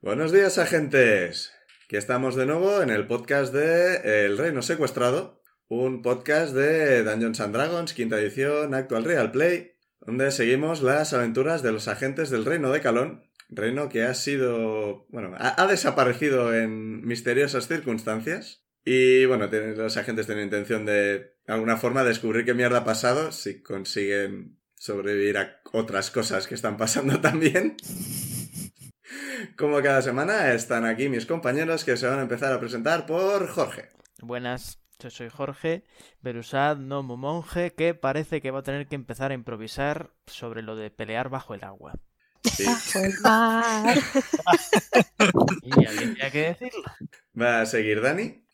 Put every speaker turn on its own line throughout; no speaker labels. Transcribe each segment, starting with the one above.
Buenos días, agentes. Aquí estamos de nuevo en el podcast de El Reino Secuestrado, un podcast de Dungeons and Dragons, quinta edición, actual Real Play, donde seguimos las aventuras de los agentes del Reino de Calón, reino que ha sido, bueno, ha, ha desaparecido en misteriosas circunstancias. Y bueno, tienen- los agentes tienen intención de, de alguna forma, descubrir qué mierda ha pasado, si consiguen sobrevivir a otras cosas que están pasando también. Como cada semana, están aquí mis compañeros que se van a empezar a presentar por Jorge.
Buenas, yo soy Jorge, Berusad, gnomo monje, que parece que va a tener que empezar a improvisar sobre lo de pelear bajo el agua.
Sí.
Bajo el mar.
Y alguien tenía que decirlo.
Va a seguir Dani.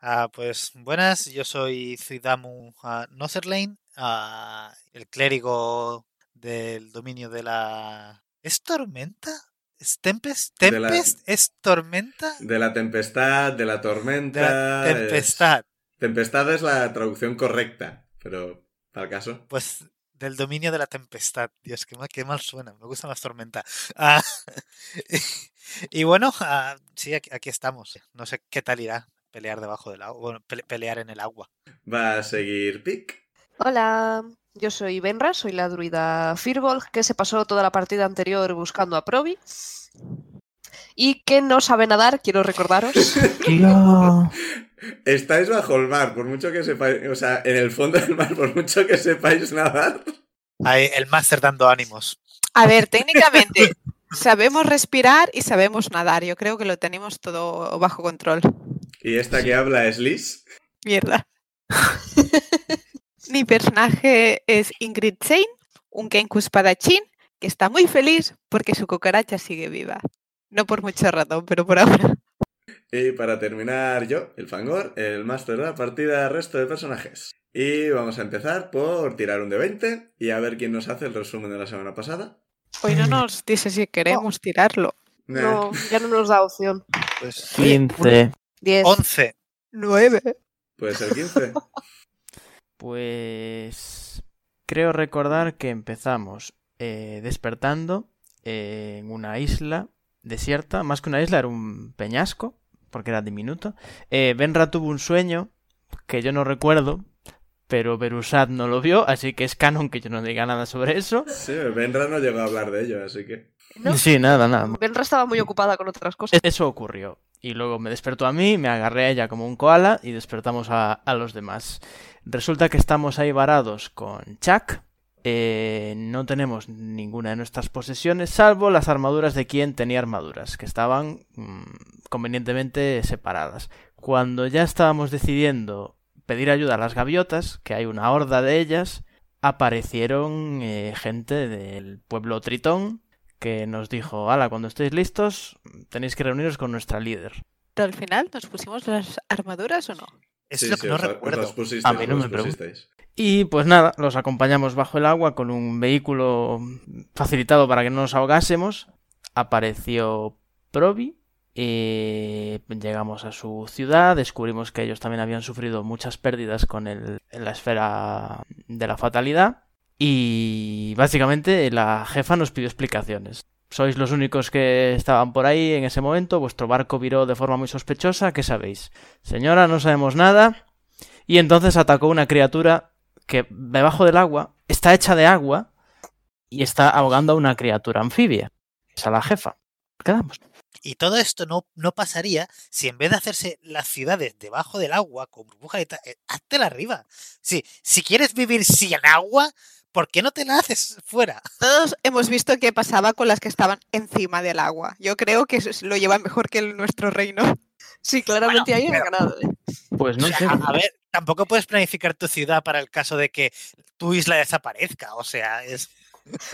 Ah, pues buenas, yo soy Zuidamu ah, Notherlane, ah, el clérigo del dominio de la... ¿Es tormenta? ¿Es Tempest?
De la-
¿Tempest? ¿Es tormenta?
De la tempestad, de la
De
tormenta.
la tempestad.
es- Tempestad es la traducción correcta, pero tal caso.
Pues del dominio de la tempestad. Dios, qué mal, qué mal suena. Me gusta más tormenta. Ah, y bueno, ah, sí, aquí, aquí estamos. No sé qué tal irá pelear debajo del agua. Bueno, pele- pelear en el agua.
Va a seguir Pic.
Hola, yo soy Benra, soy la druida Firbolg, que se pasó toda la partida anterior buscando a Provi. Y que no sabe nadar, quiero recordaros.
Estáis bajo el mar, por mucho que sepáis. O sea, en el fondo del mar, por mucho que sepáis nadar.
Ahí, el máster dando ánimos.
A ver, técnicamente sabemos respirar y sabemos nadar. Yo creo que lo tenemos todo bajo control.
Y esta que habla es Liz.
Mierda. Mi personaje es Ingrid Shane, un Kenku espadachín que está muy feliz porque su cucaracha sigue viva. No por mucho rato, pero por ahora.
Y para terminar, yo, el Fangor, el máster de la partida, resto de personajes. Y vamos a empezar por tirar un de 20 y a ver quién nos hace el resumen de la semana pasada.
Hoy no nos dice si
Oh.
queremos tirarlo.
Nah.
No, ya no nos da opción.
Pues, oye, un
15.
10.
11.
Nueve.
Pues el 15.
Pues creo recordar que empezamos eh, despertando eh, en una isla desierta, más que una isla, era un peñasco, porque era diminuto. Eh, Benra tuvo un sueño que yo no recuerdo, pero Berusad no lo vio, así que es canon que yo no diga nada sobre eso.
Sí, Benra no llegó a hablar de ello, así que.
¿No?
Sí, nada, nada.
Benra estaba muy ocupada con otras cosas.
E- Eso ocurrió. Y luego me despertó a mí, me agarré a ella como un koala y despertamos a, a los demás. Resulta que estamos ahí varados con Chuck. Eh, no tenemos ninguna de nuestras posesiones, salvo las armaduras de quien tenía armaduras, que estaban mm, convenientemente separadas. Cuando ya estábamos decidiendo pedir ayuda a las gaviotas, que hay una horda de ellas, aparecieron eh, gente del pueblo Tritón que nos dijo, ala, cuando estéis listos, tenéis que reuniros con nuestra líder.
Pero al final, ¿nos pusimos las armaduras o no?
Es
Sí,
lo
sí,
que no
os- os
recuerdo.
las pusisteis,
A mí no
os
me
las
pregun-
pusisteis.
Y pues nada, los acompañamos bajo el agua con un vehículo facilitado para que no nos ahogásemos. Apareció Provi. eh, llegamos a su ciudad, descubrimos que ellos también habían sufrido muchas pérdidas con el, en la esfera de la fatalidad. Y básicamente la jefa nos pidió explicaciones. Sois los únicos que estaban por ahí en ese momento, vuestro barco viró de forma muy sospechosa, ¿qué sabéis? Señora, no sabemos nada. Y entonces atacó una criatura que debajo del agua está hecha de agua y está ahogando a una criatura anfibia. Es a la jefa. Quedamos.
Y todo esto no, no pasaría si en vez de hacerse las ciudades debajo del agua con burbujas y tal, eh, háztela arriba. Sí, si quieres vivir sin agua, ¿por qué no te la haces fuera?
Todos hemos visto qué pasaba con las que estaban encima del agua. Yo creo que eso es- lo llevan mejor que el- nuestro reino.
Sí, claramente ahí ha ganado. ¿eh?
Pues no
O sea,
sé.
a, a ver, tampoco puedes planificar tu ciudad para el caso de que tu isla desaparezca. O sea, es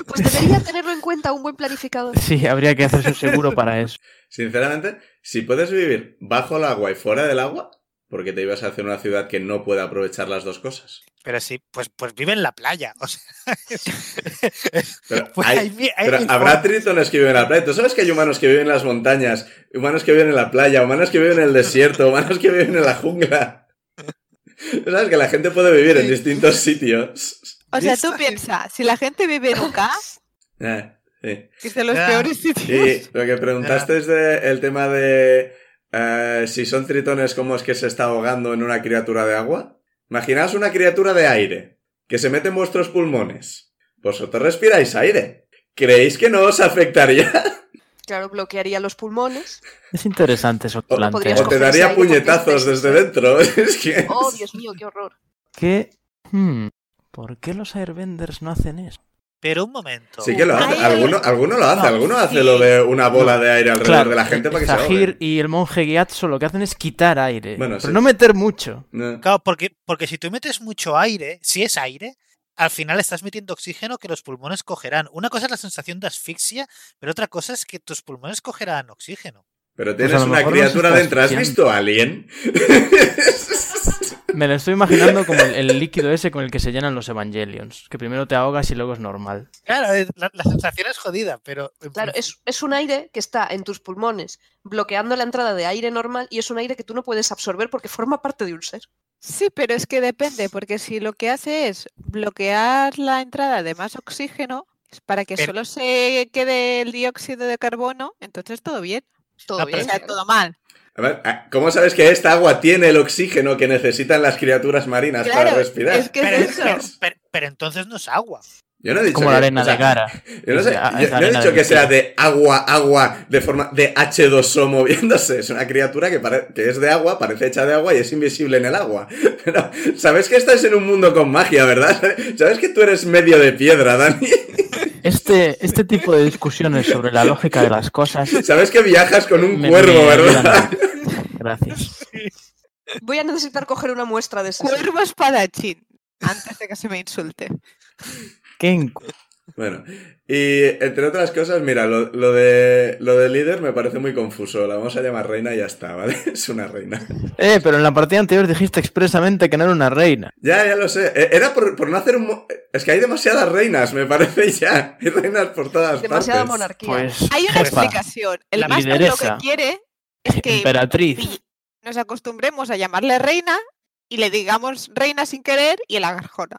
Pues debería tenerlo en cuenta un buen planificador.
Sí, habría que hacerse un seguro para eso.
Sinceramente, si puedes vivir bajo el agua y fuera del agua, porque te ibas a hacer una ciudad que no pueda aprovechar las dos cosas.
pero sí, pues, pues vive en la playa. O sea,
Pero
pues
hay-
hay mi- hay
Pero
mil
habrá
formas.
tritones que viven en la playa. ¿Tú sabes que hay humanos que viven en las montañas, humanos que viven en la playa, humanos que viven en el desierto, humanos que viven en la jungla? ¿Tú sabes que la gente puede vivir en distintos sitios?
O sea, tú
Esta gente-
piensas, si la gente vive en UK,
Eh, Sí.
Es de los
Ah,
peores sitios.
Y lo que preguntaste es de- el tema de eh, si son tritones, cómo es que se está ahogando en una criatura de agua. Imaginaos una criatura de aire que se mete en vuestros pulmones. Vosotros respiráis aire. ¿Creéis que no os afectaría?
Claro, bloquearía los pulmones.
Es interesante eso que
O,
podrías
o
planteas.
te
cogerse
daría
aire con
puñetazos
dientes.
desde dentro. Es que...
Oh, Dios mío, qué horror.
¿Qué? Hmm, ¿Por qué los Airbenders no hacen eso?
Pero un momento.
Sí que lo hace.
Ay, ay,
Alguno, alguno lo hace.
No,
Alguno hace
sí.
lo de una bola de aire alrededor de la gente para que se
Zahir
ahogue.
y el monje Gyatso lo que hacen es quitar aire,
Bueno,
pero
sí.
no meter mucho.
No.
Claro, porque, porque si tú metes mucho aire, si es aire, al final estás metiendo oxígeno que los pulmones cogerán. Una cosa es la sensación de asfixia, pero otra cosa es que tus pulmones cogerán oxígeno.
Pero
Pues a
tienes
lo
una
mejor nos
criatura
estás
dentro. ¿Has
fiando.
visto Alien?
Me lo estoy imaginando como el, el líquido ese con el que se llenan los Evangelions, que primero te ahogas y luego es normal.
Claro, eh, la, la sensación es jodida, pero. en
Claro,
principio-
es, es un aire que está en tus pulmones, bloqueando la entrada de aire normal y es un aire que tú no puedes absorber porque forma parte de un ser.
Sí, pero es que depende, porque si lo que hace es bloquear la entrada de más oxígeno es para que
Pero-
solo se quede el dióxido de carbono, entonces todo bien.
Todo
No,
O
pero
bien.
es
sea,
claro.
todo mal.
A ver, ah, ¿cómo sabes que esta agua tiene el oxígeno que necesitan las criaturas marinas para
Claro,
respirar?
es que
pero,
es eso.
pero- pero- pero entonces no es agua.
Yo no he dicho
Como la
que-
arena
o sea,
de Gara.
Yo no, sé,
Es la-
yo- yo
es la
no he
arena
dicho
de
que
Gara.
sea de agua, agua, de forma de H2O moviéndose. Es una criatura que, pare- que es de agua, parece hecha de agua y es invisible en el agua. Pero, ¿sabes que estás en un mundo con magia, verdad? ¿Sabes que tú eres medio de piedra, Dani?
Este, este tipo de discusiones sobre la lógica de las cosas.
¿Sabes que viajas con un
me-
cuervo,
me ayudan
verdad?
a- Gracias.
Voy a necesitar coger una muestra de ese. ser.
Cuervo espadachín, antes de que se me insulte.
Qué encu-
Bueno, y entre otras cosas, mira, lo, lo de, lo de líder me parece muy confuso. La vamos a llamar reina y ya está, ¿vale? Es una reina.
Eh, pero en la partida anterior dijiste expresamente que no era una reina.
Ya, ya lo sé. Eh, Era por, por no hacer un... mo- Es que hay demasiadas reinas, me parece ya. Hay reinas por todas
Demasiada
partes.
monarquía.
Pues,
Hay una
jefa,
explicación. El
la
máster lo que
lideresa.
quiere es que
emperatriz.
nos acostumbremos a llamarle reina y le digamos reina sin querer y el agarjona.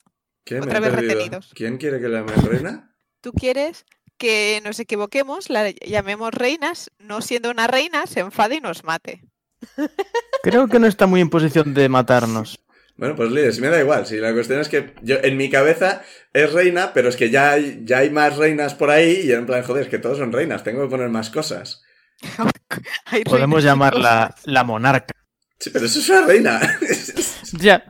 ¿Qué? Me
Otra
he
vez
perdido.
retenidos.
¿Quién quiere que la llamen reina?
Tú quieres que nos equivoquemos, la llamemos reinas, no siendo una reina, se enfade y nos mate.
Creo que no está muy en posición de matarnos.
Bueno, pues líder, si me da igual. Si la cuestión es que yo en mi cabeza es reina, pero es que ya hay, ya hay más reinas por ahí y en plan, joder, es que todos son reinas, tengo que poner más cosas.
Hay
Podemos
reinas y
llamarla la monarca.
Sí, pero eso es una reina. Eh.
Ya.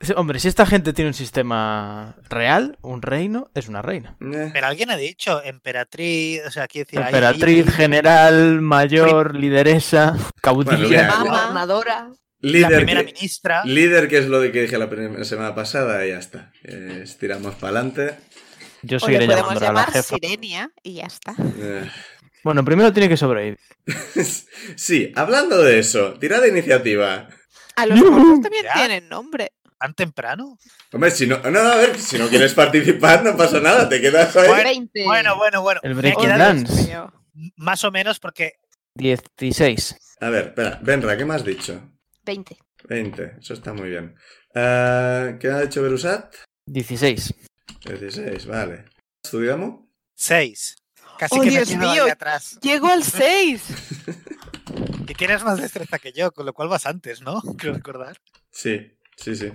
Sí, Hombre, si esta gente tiene un sistema real, un reino, es una reina.
Eh.
Pero alguien ha dicho emperatriz, o sea, quiero decir. hay- hay-
Emperatriz, general, mayor, lideresa,
mira,
caudilla.
Mamá.
Gobernadora.
La
Líder,
primera
que,
ministra.
líder, que es lo de que dije la primera semana pasada, y ya está. Eh, estiramos para adelante.
Yo
cosas. O
seguiré
le podemos
llamándola la
llamar
jefa.
Sirenia y ya está.
Eh.
Bueno, primero tiene que sobrevivir.
Sí, hablando de eso, tira de iniciativa.
A los
Yujú.
monstruos también
Ya.
tienen nombre.
¿Tan temprano?
Hombre, si no, no, no, a ver, si no quieres participar, no pasa nada, te quedas ahí.
20.
Bueno, bueno, bueno.
Pues, El
me ha
Breaking
Oh,
quedado
Dance.
Dios mío.
Más o menos porque
16.
A ver, espera, Benra, ¿qué me has dicho?
20.
20, eso está muy bien. Ah, ¿Qué ha hecho Berusat?
16.
16, vale. ¿Estudiamos?
6. Casi
Oh,
que
Dios
me he quedado
mío.
ahí atrás.
Llego al 6.
Que tienes más destreza que yo, con lo cual vas antes, ¿no? Creo recordar.
Sí, sí, sí.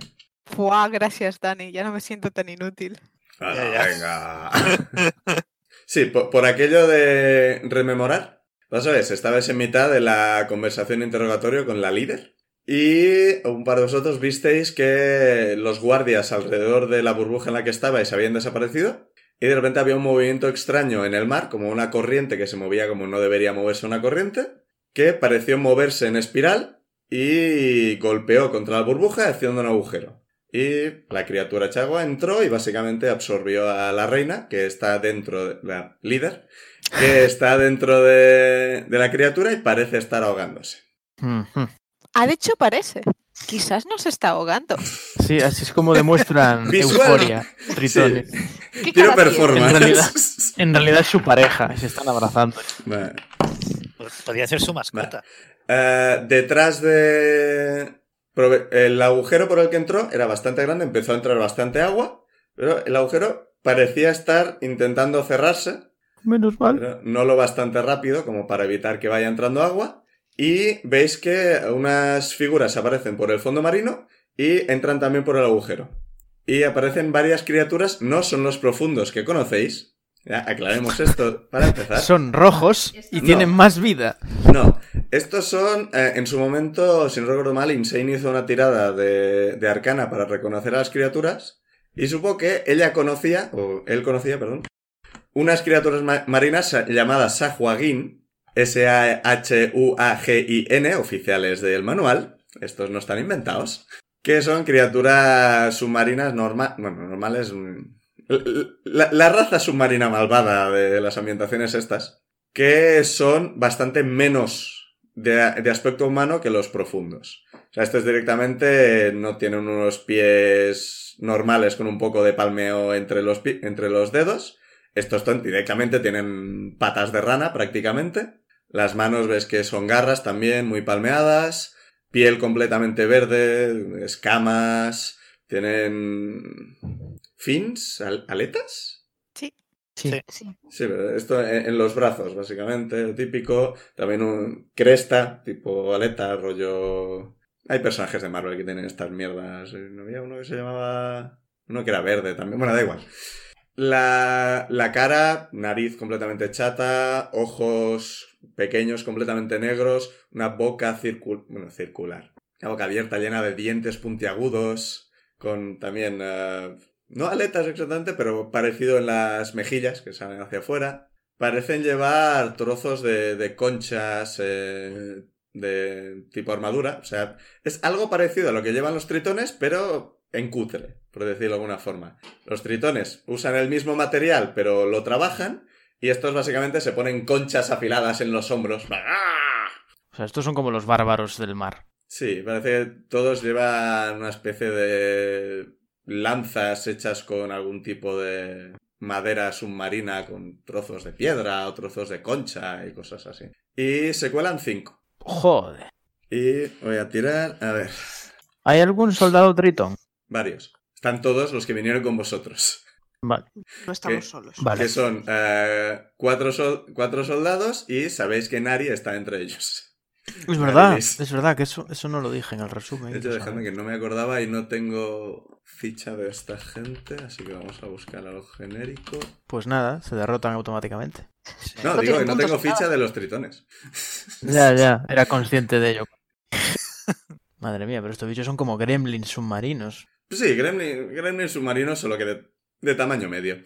Buah, gracias, Dani. Ya no me siento tan inútil.
Ah,
Ya, ya.
Venga. sí, po- por, aquello de rememorar. Vas a ver, estabais en mitad de la conversación interrogatorio con la líder. Y un par de vosotros visteis que los guardias alrededor de la burbuja en la que estabais habían desaparecido. Y de repente había un movimiento extraño en el mar, como una corriente que se movía como no debería moverse una corriente, que pareció moverse en espiral y golpeó contra la burbuja haciendo un agujero. Y la criatura Chagua entró y básicamente absorbió a la reina, que está dentro, de, la líder, que está dentro de, de la criatura y parece estar ahogándose.
Ujú.
Ah, de hecho parece. Quizás nos está ahogando.
Sí, así es como demuestran
Visual.
euforia, tritones.
Sí.
¿Qué
Tiro
cara tiene?
En realidad.
performance.
En realidad es su pareja, se están abrazando.
Vale.
Pues Podría ser su mascota.
Eh, detrás de... prove- El agujero por el que entró era bastante grande, empezó a entrar bastante agua, pero el agujero parecía estar intentando cerrarse,
menos mal.
pero no lo bastante rápido como para evitar que vaya entrando agua. Y veis que unas figuras aparecen por el fondo marino y entran también por el agujero. Y aparecen varias criaturas, no son los profundos que conocéis. Ya, aclaremos esto para empezar.
Son rojos y
No.
tienen más vida.
No, estos son, eh, en su momento, si no recuerdo mal, Insane hizo una tirada de, de arcana para reconocer a las criaturas y supo que ella conocía, o él conocía, perdón, unas criaturas ma- marinas sa- llamadas Sahuagin, S-A-H-U-A-G-I-N, oficiales del manual, estos no están inventados, que son criaturas submarinas norma bueno, normales, mm, la- la raza submarina malvada de las ambientaciones estas que son bastante menos de, de aspecto humano que los profundos. O sea, estos directamente no tienen unos pies normales con un poco de palmeo entre los, pi- entre los dedos. Estos ton- directamente tienen patas de rana prácticamente. Las manos ves que son garras también muy palmeadas. Piel completamente verde, escamas. Tienen fins, al- aletas.
Sí.
Sí.
Sí.
Sí, pero esto en, en los brazos, básicamente, lo típico. También un cresta, tipo aleta, rollo... Hay personajes de Marvel que tienen estas mierdas. Eh, ¿No había uno que se llamaba... Uno que era verde también. Bueno, da igual. La, la cara, nariz completamente chata, ojos pequeños completamente negros, una boca circu- bueno, circular. Una boca abierta llena de dientes puntiagudos, con también eh, no aletas exactamente, pero parecido en las mejillas que salen hacia afuera. Parecen llevar trozos de, de conchas eh, de tipo armadura. O sea, es algo parecido a lo que llevan los tritones, pero en cutre, por decirlo de alguna forma. Los tritones usan el mismo material, pero lo trabajan. Y estos básicamente se ponen conchas afiladas en los hombros. ¡Ah!
O sea, estos son como los bárbaros del mar.
Sí, parece que todos llevan una especie de lanzas hechas con algún tipo de madera submarina, con trozos de piedra o trozos de concha y cosas así. Y se cuelan cinco.
Joder.
Y voy a tirar, a ver,
¿Hay algún soldado tritón?
varios. Están todos los que vinieron con vosotros.
Vale.
No estamos solos.
Que son eh, cuatro, sol- cuatro soldados y sabéis que Nari está entre ellos.
Es verdad,
Marilis.
es verdad que eso, eso no lo dije en el resumen.
De hecho,
Pues,
dejadme que no me acordaba y no tengo ficha de esta gente, así que vamos a buscar algo genérico.
pues nada, se derrotan automáticamente.
No,
No
digo
tienen
que no
puntos
tengo
ni
ficha
nada.
de los tritones.
Ya, ya, era consciente de ello. Madre mía, pero estos bichos son como gremlins submarinos.
Sí, gremlin, gremlin submarino, solo que de, de tamaño medio.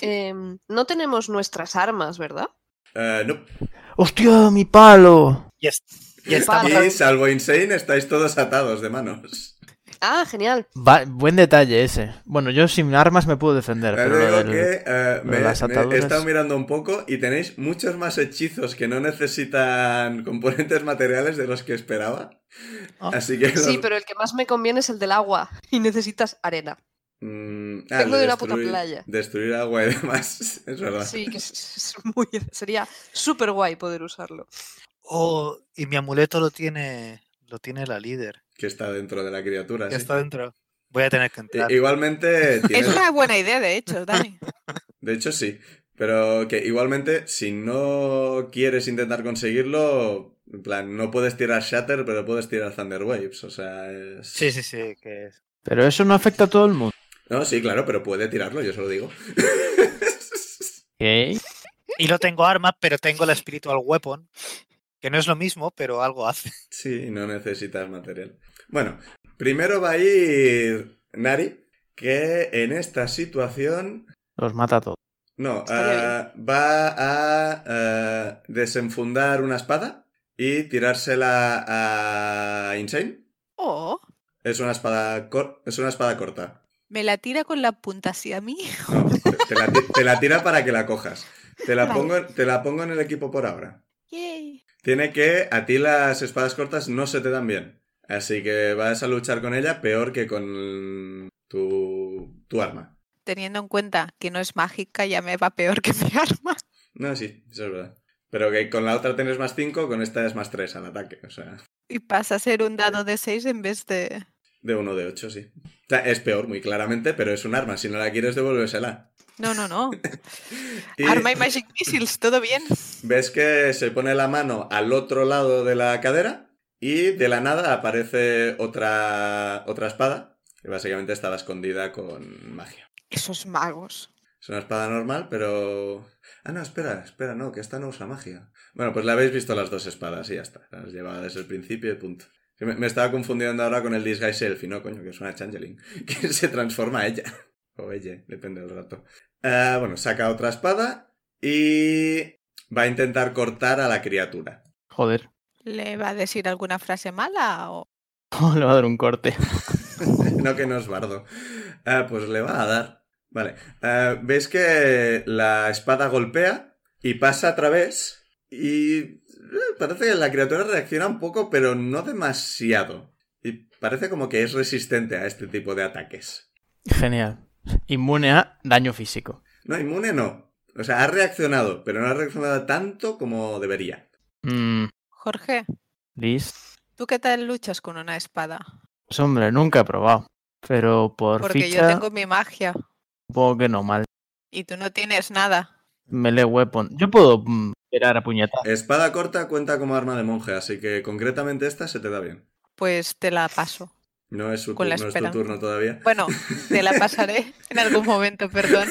Em, no tenemos nuestras armas, ¿verdad?
Eh, no.
¡Hostia, mi palo!
Y, es- y estamos,
Vale.
Y salvo Insane, estáis todos atados de manos.
Ah, genial.
Va- buen detalle ese. Bueno, yo sin armas me puedo defender,
Te
pero lo
digo
del-
que eh,
lo
me,
de las
me he
ataduras.
estado mirando un poco y tenéis muchos más hechizos que no necesitan componentes materiales de los que esperaba.
Ah.
Así que...
Sí,
los-
pero el que más me conviene es el del agua. Y necesitas arena.
Mm,
Vengo
el
de una puta
destruir-
playa.
Destruir agua y demás, es verdad.
Sí, que es- es muy- sería súper guay poder usarlo.
oh, y mi amuleto lo tiene, lo tiene la líder.
Que está dentro de la criatura.
Ya
¿Ah, sí.
está dentro. Voy a tener que entrar.
I- Igualmente, tiene-
Es una buena idea, de hecho, Dani.
de hecho sí, pero que igualmente si no quieres intentar conseguirlo, en plan, no puedes tirar Shatter, pero puedes tirar Thunder Waves, o sea... es-
Sí, sí, sí. Que es-
Pero eso no afecta a todo el mundo.
No, sí, claro, pero puede tirarlo, yo se lo digo.
¿Qué?
Y no tengo arma, pero tengo la Spiritual Weapon, que no es lo mismo, pero algo hace.
Sí, no necesitas material. Bueno, primero va a ir Nari, que en esta situación
Los mata a todos.
No,
Estaría
ah, va a ah, desenfundar una espada y tirársela a Insane.
Oh,
Es una espada, cor- es una espada corta.
me la tira con la punta así a mí.
No, te, te la, ti- te la tira para que la cojas. Te la,
Vale.
pongo, te la pongo en el equipo por ahora.
Yay.
Tiene que a ti las espadas cortas no se te dan bien. Así que vas a luchar con ella peor que con tu, tu arma.
Teniendo en cuenta que no es mágica, ya me va peor que mi arma.
No, sí, eso es verdad. Pero que con la otra tienes más 5, con esta es más 3 al ataque. O sea.
Y pasa a ser un dado de 6 en vez de...
De uno de ocho, sí. O sea, es peor, muy claramente, pero es un arma. Si no la quieres, devuélvesela.
No, no, no.
Y
Arma y Magic Missiles, todo bien.
ves que se pone la mano al otro lado de la cadera y de la nada aparece otra, otra espada que básicamente estaba escondida con magia.
Esos magos.
Es una espada normal, pero... Ah, no, espera, espera, no, que esta no usa magia. Bueno, pues la habéis visto las dos espadas y ya está. Las llevaba desde el principio y punto. Que Me, me estaba confundiendo ahora con el Disguise Selfie, ¿no? Coño, que es una changeling. Que se transforma ella. O ella, depende del rato. Ah, bueno, saca otra espada y va a intentar cortar a la criatura.
Joder.
¿Le va a decir alguna frase mala o
Le va a dar un corte.
no que no es bardo. Ah, pues le va a dar. Vale. Ah, Veis que la espada golpea y pasa a través y eh, parece que la criatura reacciona un poco, pero no demasiado. Y parece como que es resistente a este tipo de ataques.
Genial. Inmune a daño físico.
No, inmune no. O sea, ha reaccionado, pero no ha reaccionado tanto como debería.
Mm,
Jorge?
Liz.
¿Tú qué tal luchas con una espada?
Pues, hombre, nunca he probado. Pero por
Porque
ficha,
yo tengo mi magia
supongo que no mal.
y tú no tienes nada.
Melee weapon. Yo puedo mm, tirar a puñetazos.
Espada corta cuenta como arma de monje, así que concretamente esta se te da bien.
Pues te la paso.
No es, su
Con la
tu- no es tu
espera.
turno todavía.
Bueno, te la pasaré en algún momento, perdón.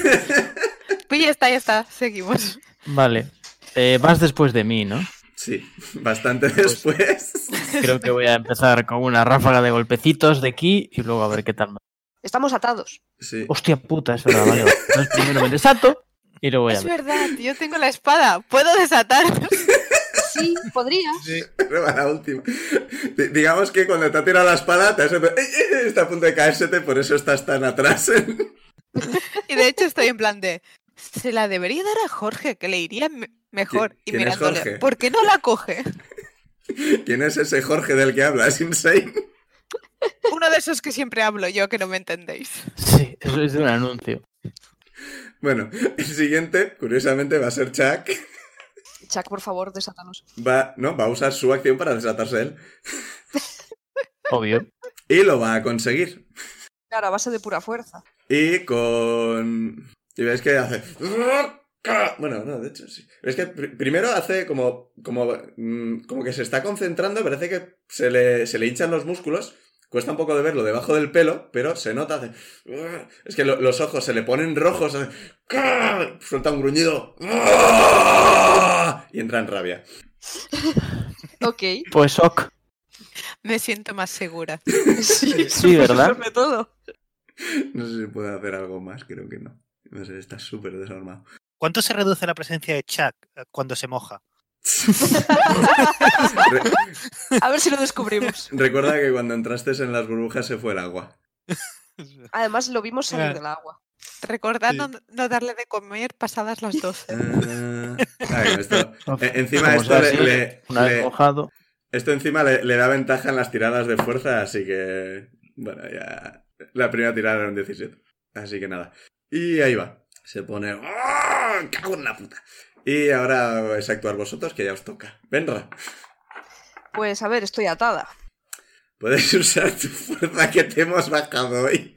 Pues ya está, ya está, seguimos.
Vale. Eh, vas después de mí, ¿no?
Sí, bastante
Pues
después.
Creo que voy a empezar con una ráfaga de golpecitos de aquí y luego a ver qué tal. me-
Estamos atados.
Sí.
Hostia puta, es verdad, vale. vale. Entonces primero me desato y luego ya.
Es verdad, yo tengo la espada, puedo desatar.
Sí, podría.
Prueba la última. Di- digamos que cuando te ha tirado la espada, te has... ¡Eh, eh, eh! está a punto de caérsete, por eso estás tan atrás.
Y de hecho estoy en plan de, se la debería dar a Jorge, que le iría me- mejor. Y
quién es Jorge?
mirándole, ¿por qué no la coge?
¿Quién es ese Jorge del que hablas? Insane.
Uno de esos que siempre hablo yo, que no me entendéis.
Sí, eso es de un anuncio.
Bueno, el siguiente, curiosamente, va a ser Chuck.
Chuck, por favor, desátanos.
Va, no, va a usar su acción para desatarse él.
Obvio.
Y lo va a conseguir.
Claro, a base de pura fuerza.
Y con. Y ves que hace. Bueno, no, de hecho sí. Ves que pri- primero hace como. Como, mm, como que se está concentrando, parece que se le, se le hinchan los músculos. Cuesta un poco de verlo debajo del pelo, pero se nota. Hace... Es que lo- los ojos se le ponen rojos. hace- Suelta un gruñido. Y entra en rabia.
Ok.
Pues ok.
Me siento más segura.
Sí,
Sí, ¿verdad?
Sobre todo.
No sé si puede hacer algo más, creo que no. No sé, está súper desarmado.
¿Cuánto se reduce la presencia de Chuck eh, cuando se moja?
Re-
A ver si lo descubrimos.
recuerda que cuando entraste en las burbujas se fue el agua.
Además, lo vimos salir
Ah.
del agua.
Recordad
Sí.
no, no darle de comer pasadas las 12.
Ah, claro, esto- eh, encima
Como
esto
sea,
le,
sí,
le-
Una vez
le-
mojado.
esto encima le, le da ventaja en las tiradas de fuerza, así que bueno, ya la primera tirada era un 17. Así que nada. Y ahí va. Se pone ¡Ah! cago en la puta. Y ahora es actuar vosotros que ya os toca. Venra,
Pues a ver, estoy atada.
puedes usar tu fuerza que te hemos bajado hoy.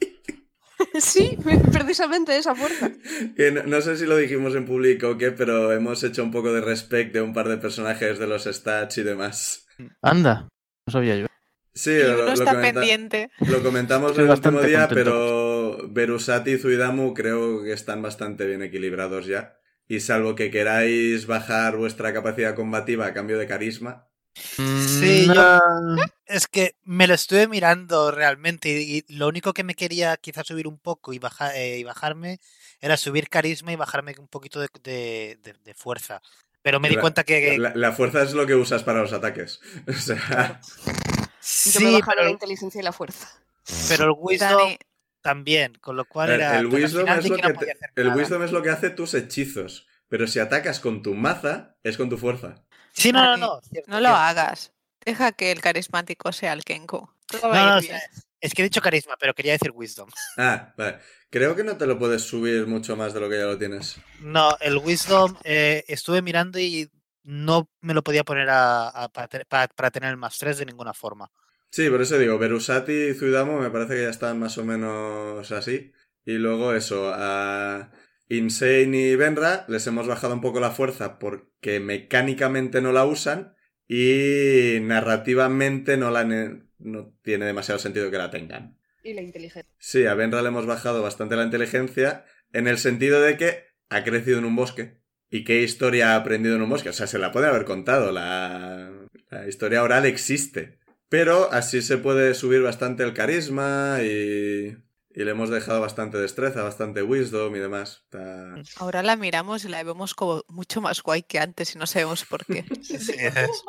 Sí, precisamente esa fuerza.
Que no, no sé si lo dijimos en público o qué, pero hemos hecho un poco de respect de un par de personajes de los stats y demás.
Anda. No sabía yo.
Sí,
Y
lo-
uno
lo
está
comenta-
pendiente.
Lo comentamos
Estoy
el último
bastante
día,
contento.
pero Berusati y Zuidamu creo que están bastante bien equilibrados ya. Y salvo que queráis bajar vuestra capacidad combativa a cambio de carisma.
Sí,
Mm,
yo-
nah.
Es que me lo estuve mirando realmente y, y lo único que me quería quizás subir un poco y, baja- eh, y bajarme era subir carisma y bajarme un poquito de, de- de- de fuerza. Pero me di
La-
cuenta que... que-
La, la fuerza es lo que usas para los ataques. O sea,
Yo me
sí,
bajaré la
pero,
inteligencia y la fuerza.
pero el wisdom
Dani,
también, con lo cual
el,
era...
el
pero al
wisdom
final
es
vi
lo
no
que te-
podía hacer
el
nada.
wisdom es lo que hace tus hechizos. Pero si atacas con tu maza, es con tu fuerza.
Sí, no, no,
Dani,
no. cierto,
no lo
cierto.
hagas. Deja que el carismático sea el Kenku. Todo va
No,
a
no,
ir
sí.
bien.
Es que he dicho carisma, pero quería decir wisdom.
Ah, vale. Creo que no te lo puedes subir mucho más de lo que ya lo tienes.
No, el Wisdom eh, estuve mirando y no me lo podía poner a, a- para, te- pa- para tener el más 3 de ninguna forma.
Sí, por eso digo, Berusati y Zuidamo me parece que ya están más o menos así. Y luego eso, a Insane y Benra les hemos bajado un poco la fuerza porque mecánicamente no la usan y narrativamente no, la ne- no tiene demasiado sentido que la tengan.
Y la inteligencia.
Sí, a Benra le hemos bajado bastante la inteligencia en el sentido de que ha crecido en un bosque. ¿Y qué historia ha aprendido en un bosque? O sea, se la puede haber contado, la, la historia oral existe. Pero así se puede subir bastante el carisma y, y le hemos dejado bastante destreza, bastante wisdom y demás. Está-
Ahora la miramos y la vemos como mucho más guay que antes y no sabemos por qué.
es.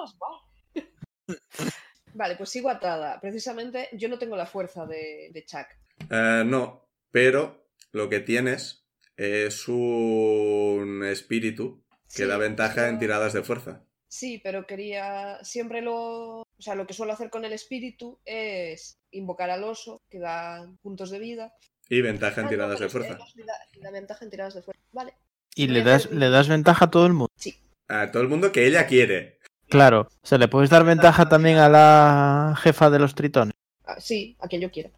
Vale, pues sigo atada. Precisamente yo no tengo la fuerza de, de Chuck.
Eh, no, pero lo que tienes es un espíritu que
Sí,
da ventaja en
pero-
tiradas de fuerza.
Sí, pero quería. Siempre lo. O sea, lo que suelo hacer con el espíritu es invocar al oso, que da puntos de vida.
Y ventaja
Ah,
en
no,
tiradas
pero
de
es que
fuerza.
el oso le da- le da ventaja en tiradas de fuerza. Vale.
Y
Voy
le
a
das,
hacer-
le das ventaja a todo el mundo.
A todo el mundo que ella quiere.
Claro, o sea, le puedes dar ventaja también a la jefa de los tritones.
Ah, sí, a quien yo quiera.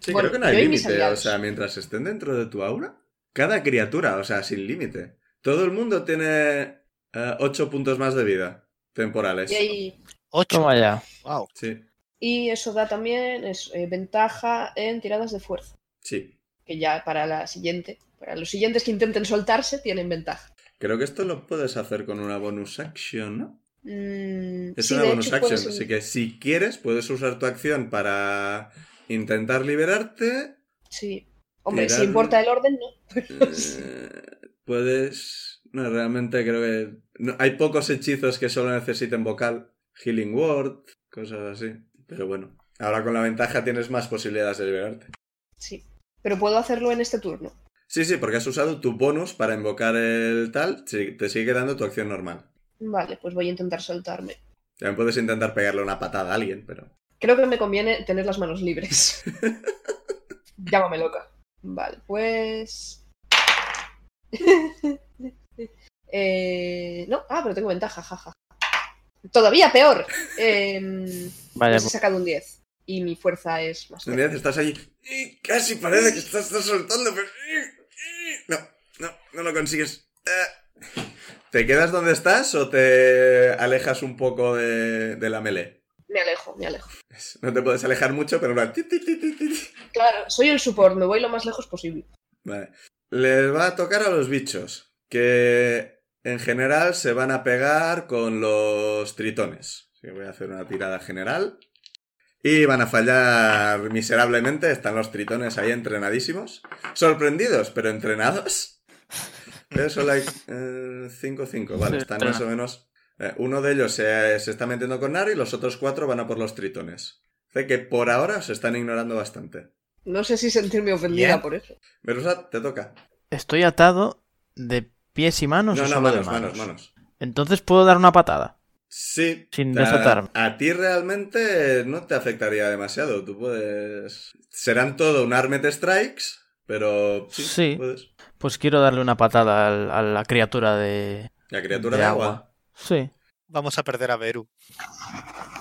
Sí,
Bueno,
creo que no hay
yo y mis
límite. O
aliados.
sea, mientras estén dentro de tu aura, cada criatura, o sea, sin límite. Todo el mundo tiene 8 puntos más de vida temporales.
Y, ahí-
Ocho.
Toma ya.
Wow.
Sí,
y eso da también es, eh, ventaja en tiradas de fuerza.
sí.
Que ya para la siguiente, para los siguientes que intenten soltarse, tienen ventaja.
Creo que esto lo puedes hacer con una bonus action, ¿no?
Mm,
Es
sí,
una
de
bonus
hecho,
action,
puedes-
así que si quieres puedes usar tu acción para intentar liberarte.
Sí. Hombre,
Tirar-
si importa el orden, no.
Eh, puedes... No, realmente creo que... no, hay pocos hechizos que solo necesiten vocal. Healing Word, cosas así. Pero bueno, ahora con la ventaja tienes más posibilidades de liberarte.
Sí. Pero puedo hacerlo en este turno.
Sí, sí, porque has usado tu bonus para invocar el tal, sí, te sigue quedando tu acción normal.
Vale, pues voy a intentar soltarme.
También puedes intentar pegarle una patada a alguien, pero...
Creo que me conviene tener las manos libres. Llámame loca. Vale, pues. Eh, no, ah, pero tengo ventaja, jaja. Todavía peor. Em,
Vaya,
pues he sacado un 10 y mi fuerza es más.
En realidad estás allí. y Casi parece que estás, estás soltando, pero. No, no, no lo consigues. Eh. ¿Te quedas donde estás o te alejas un poco de, de la melee?
Me alejo, me alejo.
No te puedes alejar mucho, pero en plan, ti, ti, ti, ti, ti.
Claro, soy el support, me voy lo más lejos posible.
Vale. Les va a tocar a los bichos, que en general se van a pegar con los tritones. Así que voy a hacer una tirada general. Y van a fallar miserablemente. Están los tritones ahí entrenadísimos. Sorprendidos, pero entrenados. Pero son like 5-5. Vale,
Sí,
están
entrena.
más o menos. eh, uno de ellos se, se está metiendo con Nari y los otros cuatro van a por los tritones. Sé que por ahora se están ignorando bastante.
No sé si sentirme
Pues
ofendida
Bien.
por eso.
Verusat, te toca.
estoy atado de pies y manos. o
No, no,
solo
manos,
de
manos, manos.
Entonces puedo dar una patada.
Sí.
Sin
a-
desatarme.
A, ti realmente no te afectaría demasiado. Tú puedes. Serán todo un Armed Strikes, pero. Sí.
Sí.
puedes.
Pues quiero darle una patada al- a la criatura de,
La criatura de, agua.
Sí.
Vamos a perder a Beru.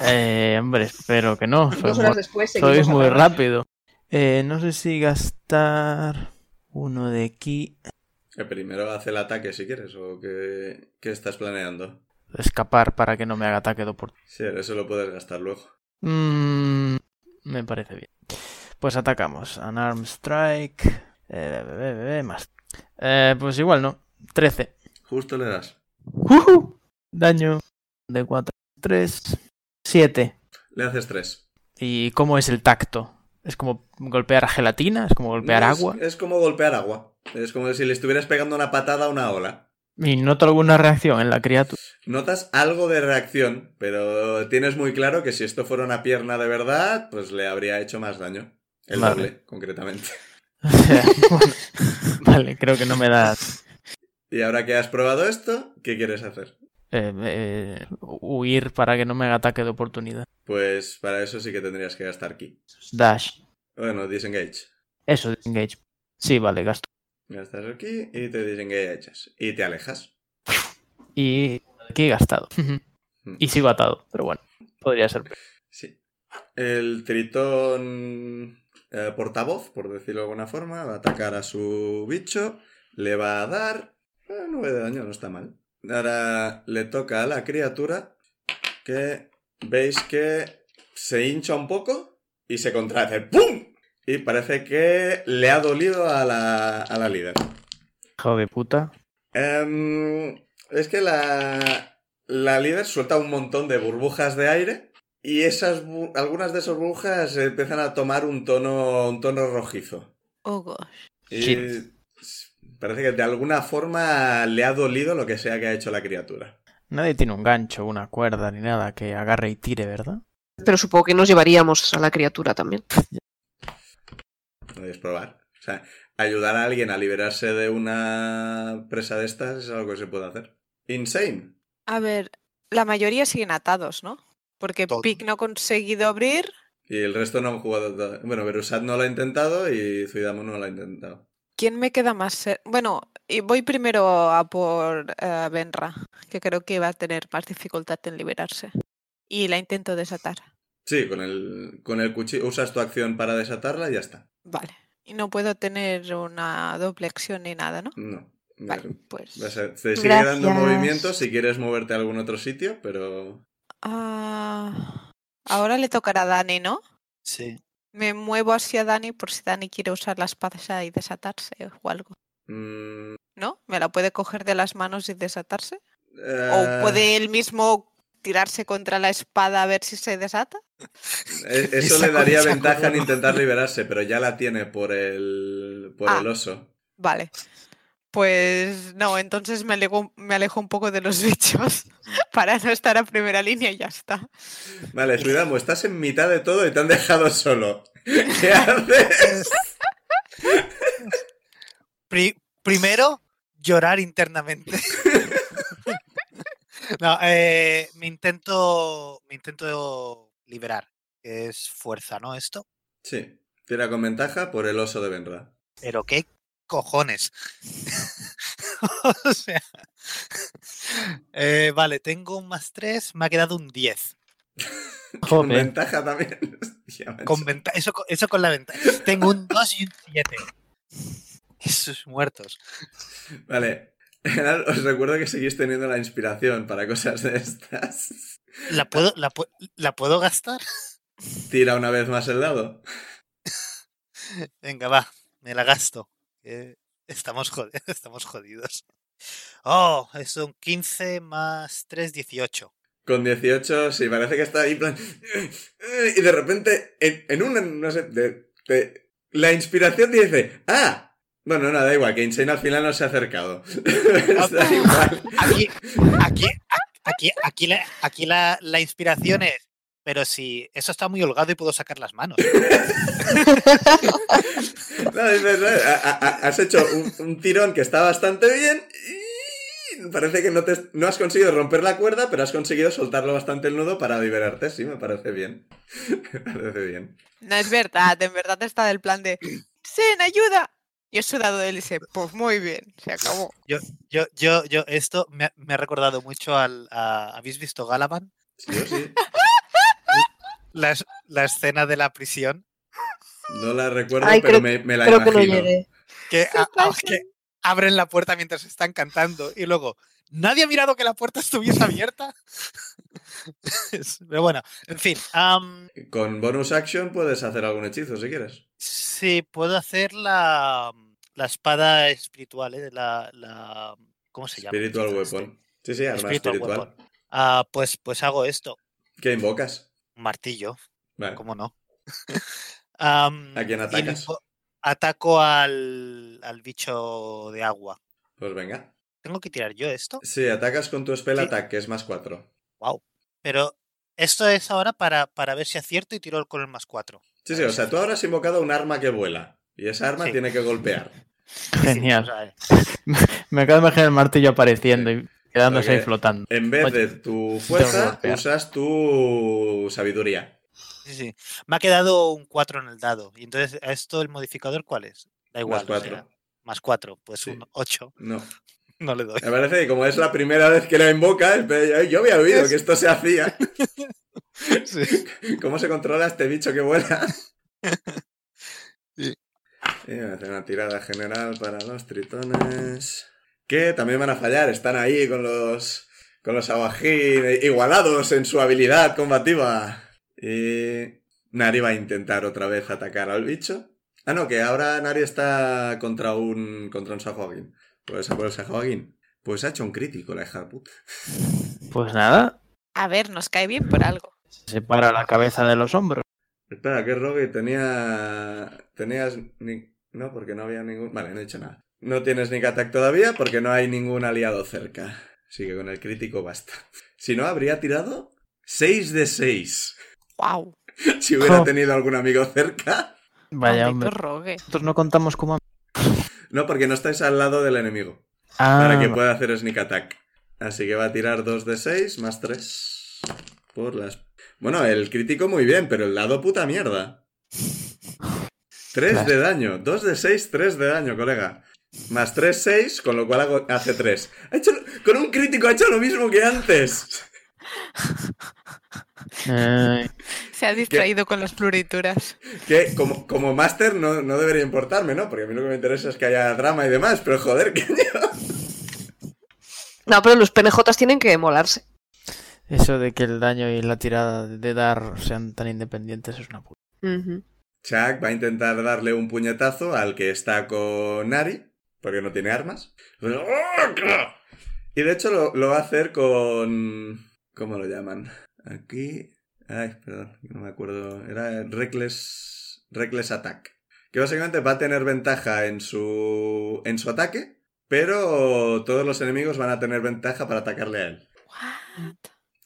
Eh, hombre, espero que no. Soy
Dos horas
muy-
después
soy
seguimos
muy
hablando.
rápido. Eh, no sé si gastar uno de aquí.
Que primero hace el ataque si quieres, o que, que estás planeando.
Escapar para que no me haga ataque de oportunidad.
Sí, eso lo puedes gastar luego.
Mm, me parece bien. Pues atacamos. An arm strike. Eh, be- be- be- be- más. Eh, pues igual no. 13.
Justo le das.
¡Ujú! Daño de 4, 3, 7.
Le haces tres.
¿Y cómo es el tacto? ¿Es como golpear gelatina? ¿Es como golpear
No, es-
agua?
Es, como golpear agua. Es como si le estuvieras pegando una patada a una ola.
¿Y noto alguna reacción en la criatura?
Notas algo de reacción, pero tienes muy claro que si esto fuera una pierna de verdad, pues le habría hecho más daño. El
Vale.
doble, concretamente.
O sea, bueno, vale, creo que no me das.
Y ahora que has probado esto, ¿qué quieres hacer?
eh, eh, huir para que no me haga ataque de oportunidad.
Pues para eso sí que tendrías que gastar aquí.
Dash.
Bueno, disengage.
Eso, disengage. Sí, vale, gasto.
Gastas aquí y te disengages. Y te alejas.
Y aquí he gastado. y sigo atado, pero bueno, podría ser. peor.
Sí. El tritón eh, portavoz, por decirlo de alguna forma, va a atacar a su bicho. Le va a dar 9 de daño, no está mal. Ahora le toca a la criatura que veis que se hincha un poco y se contrae. hace ¡Pum! Y parece que le ha dolido a la, a la líder.
Hijo de puta.
Em, es que la, la líder suelta un montón de burbujas de aire y esas bu- algunas de esas burbujas empiezan a tomar un tono, un tono rojizo.
Oh, gosh.
Y
Shit.
s- parece que de alguna forma le ha dolido lo que sea que ha hecho la criatura.
Nadie tiene un gancho, una cuerda ni nada que agarre y tire, ¿verdad?
Pero supongo que nos llevaríamos a la criatura también.
Podéis probar. O sea, ayudar a alguien a liberarse de una presa de estas es algo que se puede hacer. Insane.
A ver, la mayoría siguen atados, ¿no? Porque
Todo.
Pic no ha conseguido abrir.
Y el resto no han jugado. to- Bueno, Berusat no lo ha intentado y Zuidamo no lo ha intentado.
¿Quién me queda más? cer- Bueno, y voy primero a por eh, Benra, que creo que va a tener más dificultad en liberarse. Y la intento desatar.
Sí, con el, con el cuchillo. Usas tu acción para desatarla y ya está.
Vale. Y no puedo tener una doble acción ni nada, ¿no?
No.
Vale, pues.
Vas a- te sigue dando
Gracias.
movimientos si quieres moverte a algún otro sitio, pero.
Ah, Ahora le tocará a Dani, ¿no?
Sí.
Me muevo hacia Dani por si Dani quiere usar la espada y desatarse o algo.
mm,
¿No? ¿Me la puede coger de las manos y desatarse?
eh,
¿O puede él mismo tirarse contra la espada a ver si se desata?
eh, Eso
Esa
le daría
cosa,
ventaja en
¿cómo no?
intentar liberarse, pero ya la tiene por el, por
Ah.
el oso.
Vale. Pues no, entonces me alego- me alejo un poco de los bichos para no estar a primera línea y ya está.
Vale, Suidamo, estás en mitad de todo y te han dejado solo. ¿Qué haces?
Pri- primero, llorar internamente. no, eh, me intento. Me intento liberar. que Es fuerza, ¿no? Esto.
Sí, tira con ventaja por el oso de Benra.
Pero qué cojones. o sea. eh, vale, tengo un más 3, me ha quedado un 10.
Con
Joder.
ventaja también. Hostia, macho.
Con venta- eso, co- eso con la ventaja. Tengo un 2 y un 7. Esos muertos.
Vale. Ahora Os recuerdo que seguís teniendo la inspiración para cosas de estas.
¿La puedo, la, pu- ¿La puedo gastar?
Tira una vez más el dado.
Venga, va, me la gasto. que estamos, jod- estamos jodidos. Oh, es un 15 más 3, 18.
Con 18, sí, parece que está ahí en plan... Y de repente, en, en una... No sé, de- de- la inspiración te dice... ¡Ah! Bueno, nada, da igual, que Insane al final no se ha acercado. Está igual.
Aquí, aquí, a- aquí, aquí, la, aquí la, la inspiración es. Pero si eso está muy holgado y puedo sacar las manos.
No, dices, no, ha- ha- has hecho un, un tirón que está bastante bien y parece que no, te, no has conseguido romper la cuerda, pero has conseguido soltarlo bastante el nudo para liberarte, sí, me parece bien. Me parece bien.
No es verdad, en verdad está del plan de ¡Sen, ayuda! Yo he sudado él y dice, pues muy bien, se acabó.
Yo, yo, yo, esto me, ha- me ha recordado mucho al. a- ¿Habéis visto Galavan?
Sí, yo sí.
La, es- la escena de la prisión.
No la recuerdo,
Ay,
pero
creo-
me, me la
Creo que no
imagino.
llegué.
Que, a- a- que abren la puerta mientras están cantando y luego. Nadie ha mirado que la puerta estuviese abierta. Es- Pero bueno, en fin. am,
Con bonus action puedes hacer algún hechizo si quieres.
sí, puedo hacer la, la espada espiritual, ¿eh? La, la- ¿Cómo se llama?
Spiritual
Este.
weapon. Sí, sí, arma
Spiritual
espiritual.
weapon. Ah, pues, pues hago esto.
¿Qué invocas?
Martillo,
Vale.
cómo no. Am,
Ah. ¿A quién
y le
atacas?
po- Ataco al, al bicho de agua.
Pues venga.
Tengo que tirar yo esto,
Sí, atacas con tu spell
Sí.
attack, que es más 4.
pero esto es ahora para, para ver si acierto y tiro el- con el más 4.
Sí, sí, o sea, tú ahora has invocado un arma que vuela. Y esa arma
Sí.
tiene que golpear.
Genial. Me acabo de imaginar el martillo apareciendo y quedándose
Ok.
ahí flotando.
En vez de
Oye,
tu fuerza,
golpear.
usas tu sabiduría.
Me ha quedado un 4 en el dado. Y entonces, ¿a esto el modificador cuál es? Da igual. o
cuatro.
sea, más 4, pues
Sí.
un 8.
No.
No le doy.
Me parece que como es la primera vez que la invocas, pero yo, yo había oído que esto se hacía.
Sí.
¿Cómo se controla este bicho que vuela?
Sí.
Y voy a hacer una tirada general para los tritones. Que también van a fallar, están ahí con los. con los abajín, eh, igualados en su habilidad combativa. Y. Nari va a intentar otra vez atacar al bicho. Ah, no, que ahora Nari está contra un. contra un Sahuagin. Pues a por el Sahuagin. Pues ha hecho un crítico, la hija de puta.
Pues nada,
A ver, nos cae bien por algo.
separa la cabeza de los hombros.
Espera, que Rogue tenía. Tenías. ni- No, porque no había ningún. Vale, no he hecho nada. No tienes ni attack todavía porque no hay ningún aliado cerca. Así que con el crítico basta. Si no, habría tirado 6 de 6.
¡Wow!
Si hubiera
Jo.
tenido algún amigo cerca.
Vaya hombre.
rogue.
Nosotros no contamos como... am-
No, porque no estáis al lado del enemigo.
Ah,
Para que
va.
pueda hacer sneak attack. Así que va a tirar 2 de 6 más 3. Por las. Bueno, el crítico muy bien, pero el lado puta mierda. 3 de daño. 2 de 6, 3 de daño, colega. Más 3, 6, con lo cual hago- hace 3. Ha hecho, con un crítico ha hecho lo mismo que antes.
Eh,
Se ha distraído con las plurituras.
Que como, como máster no, no debería importarme, ¿no? Porque a mí lo que me interesa es que haya drama y demás, pero joder, que...
No, pero los PNJs tienen que molarse.
eso de que el daño y la tirada de dar sean tan independientes es una puta.
Ujú.
Chuck va a intentar darle un puñetazo al que está con Nari, porque no tiene armas. Y de hecho lo, lo va a hacer con... ¿Cómo lo llaman? Aquí... Ay, perdón, no me acuerdo. Era Reckless, Reckless Attack. Que básicamente va a tener ventaja en su, en su ataque, pero todos los enemigos van a tener ventaja para atacarle a él.
What?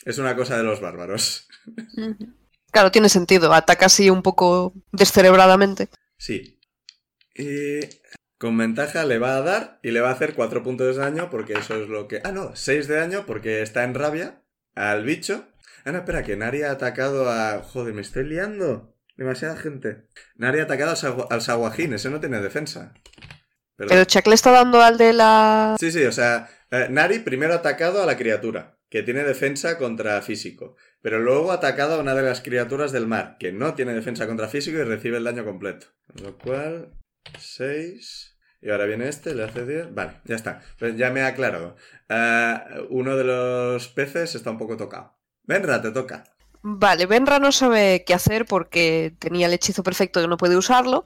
Es una cosa de los bárbaros.
Claro, tiene sentido. Ataca así un poco descerebradamente.
Sí. Y con ventaja le va a dar y le va a hacer 4 puntos de daño porque eso es lo que... Ah, no, 6 de daño porque está en rabia al bicho. Ah, no, espera, que Nari ha atacado a... Joder, me estoy liando. Demasiada gente. Nari ha atacado al, Sawa- al Sawajín, ese no tiene defensa. Perdón.
Pero Chuck le está dando al de la.
Sí, sí, o sea, eh, Nari primero ha atacado a la criatura, que tiene defensa contra físico, pero luego ha atacado a una de las criaturas del mar, que no tiene defensa contra físico y recibe el daño completo. Con lo cual, 6... Y ahora viene este, le hace 10... Vale, ya está. Pues ya me he aclarado. Ah, uno de los peces está un poco tocado. Venra, te toca.
Vale, Benra no sabe qué hacer porque tenía el hechizo perfecto y no puede usarlo.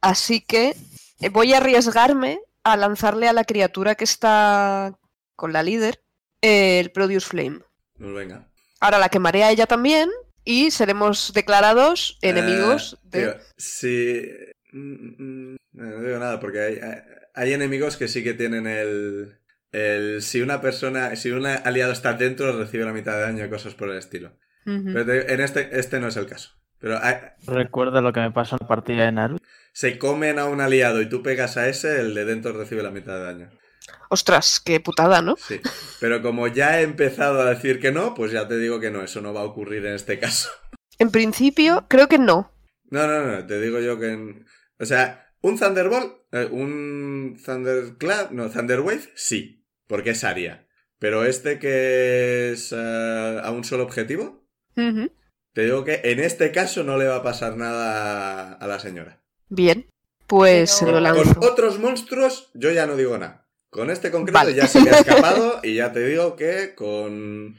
Así que eh, voy a arriesgarme a lanzarle a la criatura que está con la líder eh, el Produce Flame.
Pues venga.
Ahora la quemaré a ella también y seremos declarados enemigos
Eh,
de...
tío, sí. Mm, mm, No digo nada, porque hay, hay- hay enemigos que sí que tienen el. el- si una persona, si un aliado está dentro, recibe la mitad de daño y cosas por el estilo.
Ujú.
Pero te- en este, este no es el caso. Pero hay-
Recuerda lo que me pasó en la partida de Naruto.
se comen a un aliado y tú pegas a ese, el de dentro recibe la mitad de daño.
Ostras, qué putada, ¿no?
Sí. Pero como ya he empezado a decir que no, pues ya te digo que no, eso no va a ocurrir en este caso.
En principio, creo que no.
No, no, no, te digo yo que... en- O sea, un Thunderbolt, eh, un Thunderclap, no, Thunderwave, sí, porque es área. Pero este que es eh, a un solo objetivo,
Ujú.
te digo que en este caso no le va a pasar nada a, a la señora.
Bien, pues se
Pero-
lo
Con
lanzo.
otros monstruos yo ya no digo nada. Con este concreto
Vale.
ya se le ha escapado y ya te digo que con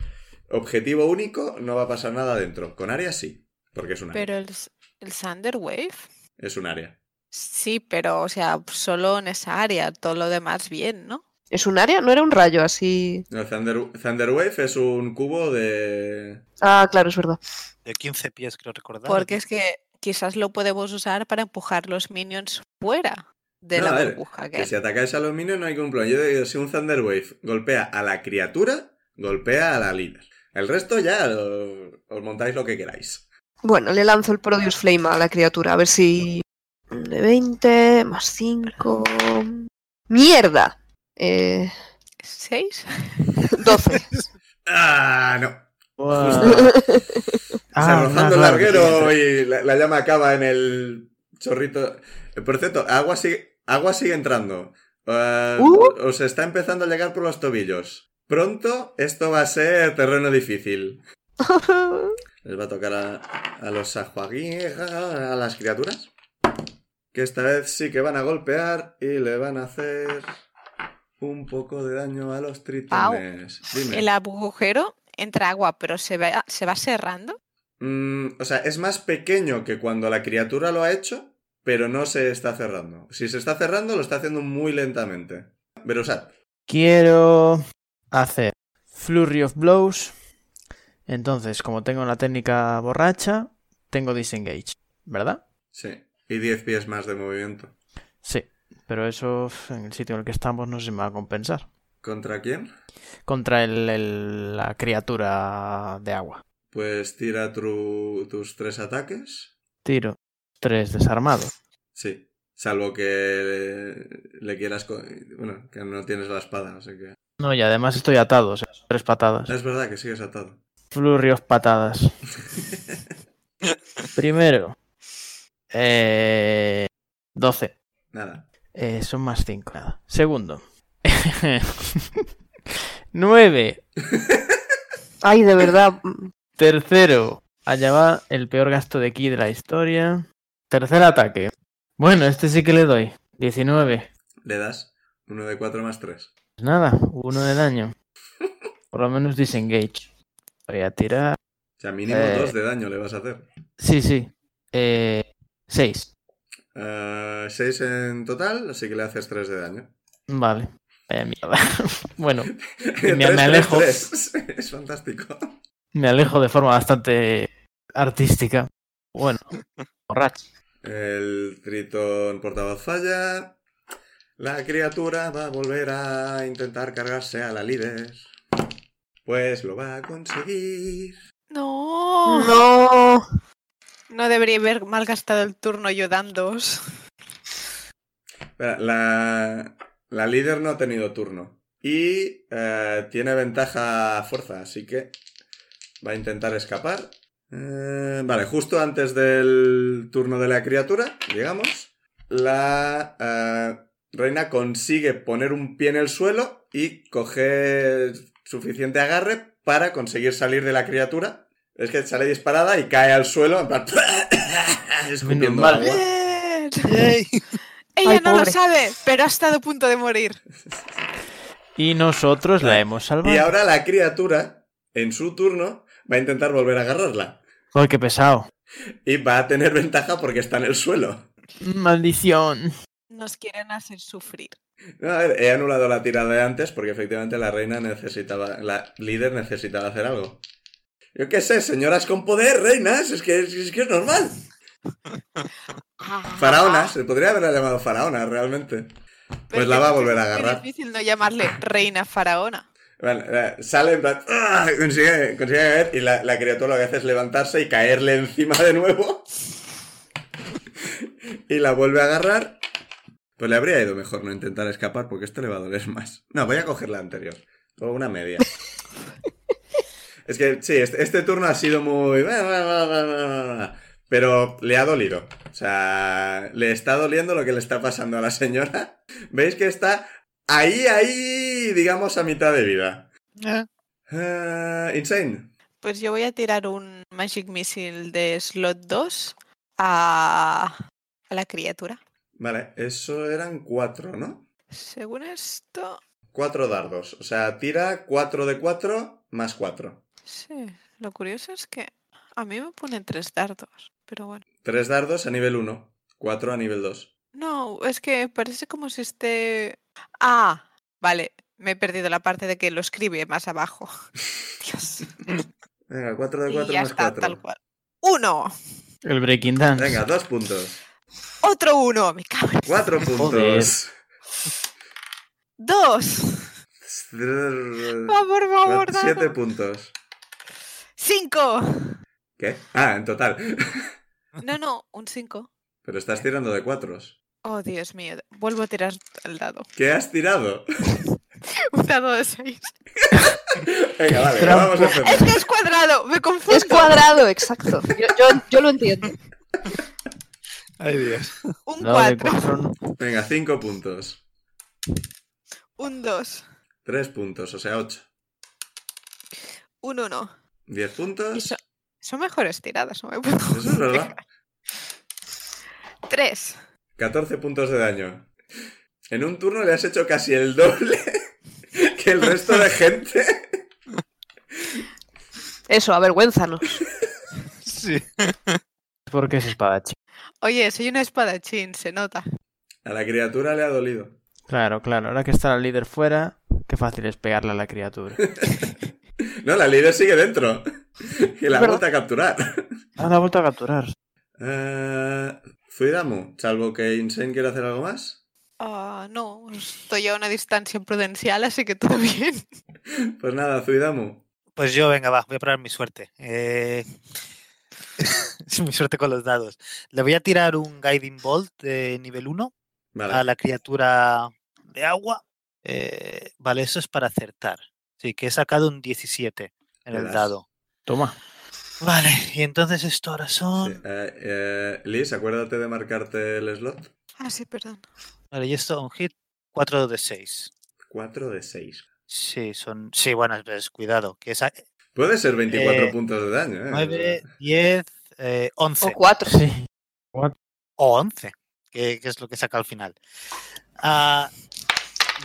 objetivo único no va a pasar nada dentro. Con área sí, porque es un área.
Pero el, s- el Thunder Wave.
Es un área.
Sí, pero, o sea, solo en esa área, todo lo demás bien, ¿no?
¿Es un área? ¿No era un rayo así?
No, Thunder, Thunderwave es un cubo de.
Ah, claro, es verdad.
De 15 pies, creo recordar.
Porque es que quizás lo podemos usar para empujar los minions fuera de
No, a
la
ver,
burbuja. que-
Que si atacáis al aluminio no hay ningún problema. Yo digo, si un Thunderwave golpea a la criatura, golpea a la líder. El resto ya lo- os montáis lo que queráis.
Bueno, le lanzo el Produce Flame a la criatura, a ver si... Un De 20, más 5... ¡Mierda! Eh,
¿Seis?
12.
¡Ah, no!
Ah,
Se arrojando el
claro,
larguero
sí,
y la, la llama acaba en el chorrito. Eh, Por cierto, agua sigue, agua sigue entrando. Eh,
Uh.
Os está empezando a llegar por los tobillos. Pronto esto va a ser terreno difícil. Les va a tocar a, a los sahuagui- a las criaturas. Que esta vez sí que van a golpear y le van a hacer un poco de daño a los tritones. Dime.
El agujero entra agua, pero se va, se va cerrando.
Mm, o sea, es más pequeño que cuando la criatura lo ha hecho, pero no se está cerrando. Si se está cerrando, lo está haciendo muy lentamente. Verusat.
Quiero hacer Flurry of Blows. Entonces, como tengo la técnica borracha, tengo Disengage, ¿verdad?
Sí. Y 10 pies más de movimiento.
Sí, pero eso uf, en el sitio en el que estamos no se me va a compensar.
¿Contra quién?
Contra el- el- la criatura de agua.
Pues tira tu- tus tres ataques.
Tiro. Tres desarmado.
Sí. Salvo que le quieras... co- Bueno, que no tienes la espada, así que... Ah,
No, y además estoy atado, o sea, son tres patadas.
Es verdad que sigues atado.
Flurry of patadas. Primero. Eh, 12.
Nada.
Eh, son más 5. Segundo. 9.
Ay, de verdad. mm,
Tercero. Allá va el peor gasto de ki de la historia. Tercer ataque. Bueno, este sí que le doy. 19.
Le das uno de 4 más 3.
Pues Nada, uno de daño. Por lo menos disengage. Voy a tirar.
O sea, mínimo
Eh.
2 de daño le vas a hacer.
Sí, sí. Eh, 6.
6 Eh, en total, así que le haces 3 de daño.
Vale. Vaya mierda. bueno,
Tres,
me
tres,
alejo.
tres. Es fantástico.
me alejo de forma bastante artística. Bueno, borracho.
El tritón portavoz falla. La criatura va a volver a intentar cargarse a la líder. Pues lo va a conseguir.
No. no.
No.
debería haber malgastado el turno yo dando dos.
Espera, La, la líder no ha tenido turno. Y eh, tiene ventaja fuerza, así que va a intentar escapar. Eh, vale, justo antes del turno de la criatura, digamos, la eh, reina consigue poner un pie en el suelo y coger suficiente agarre para conseguir salir de la criatura. Es que sale disparada y cae al suelo en plan... escupiendo
mal.
agua.
Bien.
Yay.
Ella
Ay,
no lo
pobre.
sabe, pero ha estado a punto de morir.
Y nosotros la hemos salvado.
Y ahora la criatura, en su turno, va a intentar volver a agarrarla.
Joder, qué pesado.
Y va a tener ventaja porque está en el suelo.
Maldición.
Nos quieren hacer sufrir.
No, a ver, he anulado la tirada de antes porque efectivamente la reina necesitaba, la líder necesitaba hacer algo. Yo qué sé, señoras con poder, reinas, es que es, que es normal.
Ah.
Faraona, se podría haber llamado faraona realmente. Pues la va a volver a
Es
agarrar. Ah.
difícil no llamarle reina faraona.
Vale, eh, sale en plan, ¡ah! consigue, consigue caer y la, la criatura lo que hace es levantarse y caerle encima de nuevo. y la vuelve a agarrar. Pues le habría ido mejor no intentar escapar porque esto le va a doler más. No, voy a coger la anterior. O una media. es que sí, este, este turno ha sido muy... Pero le ha dolido. O sea, le está doliendo lo que le está pasando a la señora. ¿Veis que está ahí, ahí, digamos, a mitad de vida?
Eh,
Ah, insane.
Pues yo voy a tirar un Magic Missile de slot 2 a, a la criatura.
Vale, eso eran cuatro, ¿no?
Según esto.
Cuatro dardos. O sea, tira cuatro de cuatro más cuatro.
Sí, lo curioso es que a mí me ponen tres dardos, pero bueno.
Tres dardos a nivel uno, cuatro a nivel dos.
No, es que parece como si esté... Ah, vale, me he perdido la parte de que lo escribe más abajo. Dios.
Venga, cuatro de
Y
cuatro
ya
más
está, tal
cuatro.
cual. Uno,
El Breaking Dance.
Venga, dos puntos.
otro uno, me cago en...
Cuatro puntos.
Dos. Va, Ah, por favor,
Cuatro- Siete
dardo.
puntos.
Cinco.
¿Qué? Ah, en total.
No, no, un cinco.
Pero estás tirando de cuatros.
Oh, Dios mío, vuelvo a tirar el dado.
¿Qué has tirado?
Un dado de seis.
Venga, vale,
Trampa.
vamos a hacer.
Es que es cuadrado, me confundo.
Es cuadrado, exacto. Yo, yo- yo lo entiendo.
Ay, Dios.
Un
Dado de
cuatro,
cuatro, no.
Venga, cinco puntos.
un dos,
Tres puntos, o sea, ocho.
un uno.
10
Y
puntos.
so- son mejores tiradas, no me puedo
Eso es verdad.
quejar. Tres.
14 puntos de daño. En un turno le has hecho casi el doble que el resto de gente.
Eso, avergüénzanos.
Sí.
Porque es espadachín.
Oye, soy una espadachín, se nota.
A la criatura le ha dolido.
Claro, claro. Ahora que está el líder fuera, qué fácil es pegarle a la criatura.
No, la líder sigue dentro. Y la
verdad.
vuelta a capturar.
Ah, la vuelta a capturar.
Eh, Zuidamu, salvo que Insane quiere hacer algo más,
Ah, no, estoy a una distancia prudencial, así que todo bien.
pues nada, Zuidamu.
Pues yo, venga, va, voy a probar mi suerte. Eh, es mi suerte con los dados. Le voy a tirar un Guiding Bolt de nivel 1
Vale,
a la criatura de agua. Eh, vale, eso es para acertar. Sí, que he sacado un 17 en
Le
el
das.
dado.
Toma.
Vale, y entonces esto ahora
sí.
son.
Eh, eh, Liz, acuérdate de marcarte el slot.
Ah, sí, perdón.
Vale, y esto un hit 4 de 6.
4 de 6.
Sí, son. Sí, bueno, es cuidado. Que eh, es
Puede ser 24
Eh,
puntos de daño, ¿eh?
9, 10, eh,
O
11.
cuatro.
Sí.
O 11, que, que es lo que saca al final. Ah,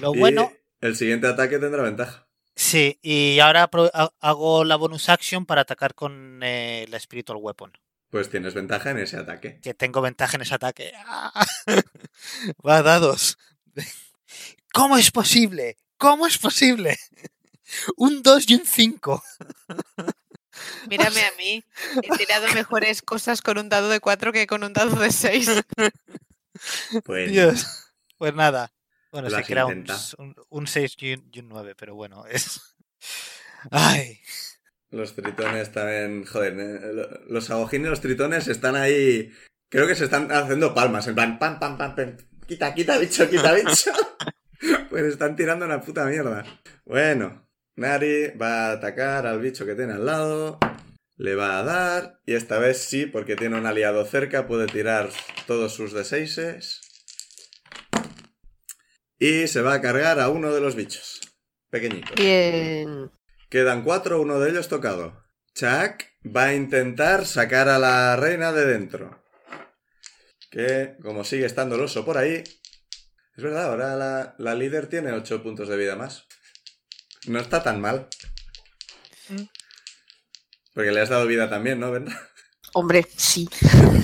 lo
Y
bueno.
El siguiente ataque tendrá ventaja.
Sí, y ahora apro- ha- hago la bonus action para atacar con eh, la Spiritual Weapon.
Pues tienes ventaja en ese ataque.
Que tengo ventaja en ese ataque. ¡Ah! Va a dados. ¿Cómo es posible? ¿Cómo es posible? Un 2 y un 5.
Mírame a mí. He tirado mejores cosas con un dado de cuatro que con un dado de seis.
Pues
Dios. Pues nada. Bueno,
Lo
se
has
crea un,
intentado.
s- un, 6 y un, 9, pero bueno, es. Ay.
los tritones también, joder, eh, lo- los agojines y los tritones están ahí, creo que se están haciendo palmas, en plan, pam, pam, pam, pam, quita, quita, bicho, quita, bicho. pues están tirando una puta mierda. Bueno, Nari va a atacar al bicho que tiene al lado, le va a dar, y esta vez sí, porque tiene un aliado cerca, puede tirar todos sus D6s. Y se va a cargar a uno de los bichos, pequeñitos.
Bien.
Quedan cuatro, uno de ellos tocado. Chuck va a intentar sacar a la reina de dentro. Que, como sigue estando el oso por ahí... Es verdad, ahora la, la líder tiene ocho puntos de vida más. No está tan mal. Porque le has dado vida también, ¿no, verdad?
Hombre, sí.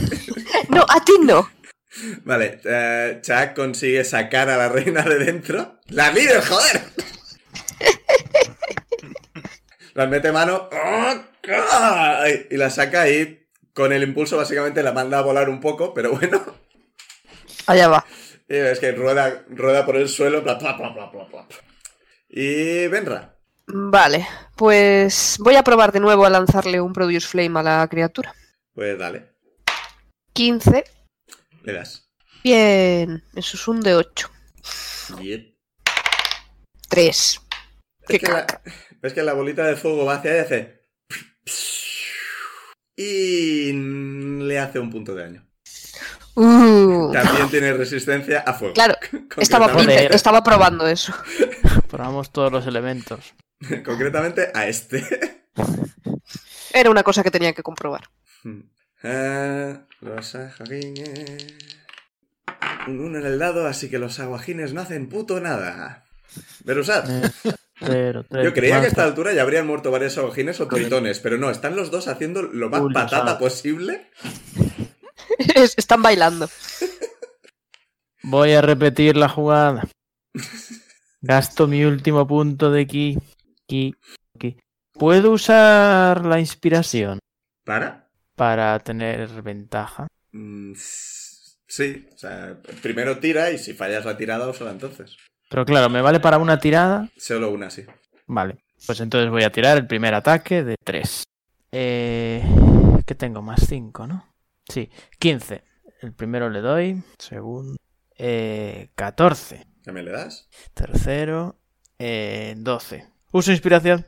no, a ti no.
Vale, eh, Chuck consigue sacar a la reina de dentro. ¡La líder, joder! la mete mano ¡ay! y la saca y con el impulso básicamente la manda a volar un poco, pero bueno.
Allá va.
Y es que rueda, rueda por el suelo. bla, bla, bla, bla, bla, bla. Y Benra.
Vale, pues voy a probar de nuevo a lanzarle un Produce Flame a la criatura.
Pues dale,
15.
le das.
Bien. Eso es un de 8.
Y-
3. Qué
Es que, la, es que la bolita de fuego va hacia ella y hace... Y le hace un punto de daño.
Uh,
También tiene resistencia a fuego.
Claro, estaba,
concretamente,
Joder.
estaba probando eso.
Probamos todos los elementos.
concretamente a este.
Era una cosa que tenía que comprobar.
Ah, los aguajines. Un uno en el dado, así que los aguajines no hacen puto nada. Verusat,
Eh, cero, tres,
yo creía que a esta
cuatro.
altura ya habrían muerto varios aguajines o tritones, pero no, están los dos haciendo lo más
Uy, los
patata
ag-
posible.
Es- Están bailando.
Voy a repetir la jugada. Gasto mi último punto de ki. ki, ki. ¿Puedo usar la inspiración
¿Para?
para tener ventaja?
Mm, Sí, o sea, primero tira y si fallas la tirada, úsala entonces.
Pero claro, ¿me vale para una tirada?
Solo una, sí.
Vale. Pues entonces voy a tirar el primer ataque de 3. Eh, que tengo más 5, ¿no? Sí, 15. El primero le doy. Segundo. Eh, 14.
¿También le das?
Tercero. Eh, 12. Uso inspiración.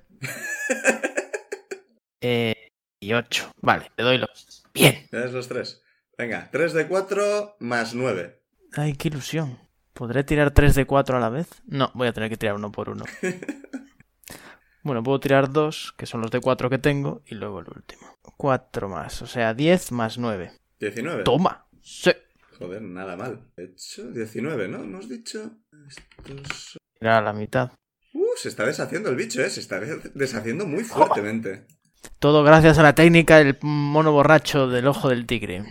Eh, y 8. Vale, le doy los. Bien.
¿Le das los tres? Venga, 3 de 4 más 9.
Ay, qué ilusión. ¿Podré tirar 3 de 4 a la vez? No, voy a tener que tirar uno por uno. Bueno, puedo tirar dos, que son los de cuatro que tengo, y luego el último. Cuatro más, o sea, diez más nueve.
19.
¡Toma! Sí.
Joder, nada mal. De hecho, 19, ¿no? ¿No has dicho? Estos...
Era la mitad.
Uh, se está deshaciendo el bicho, ¿eh? Se está des- deshaciendo muy fuertemente.
Todo gracias a la técnica del mono borracho del ojo del tigre.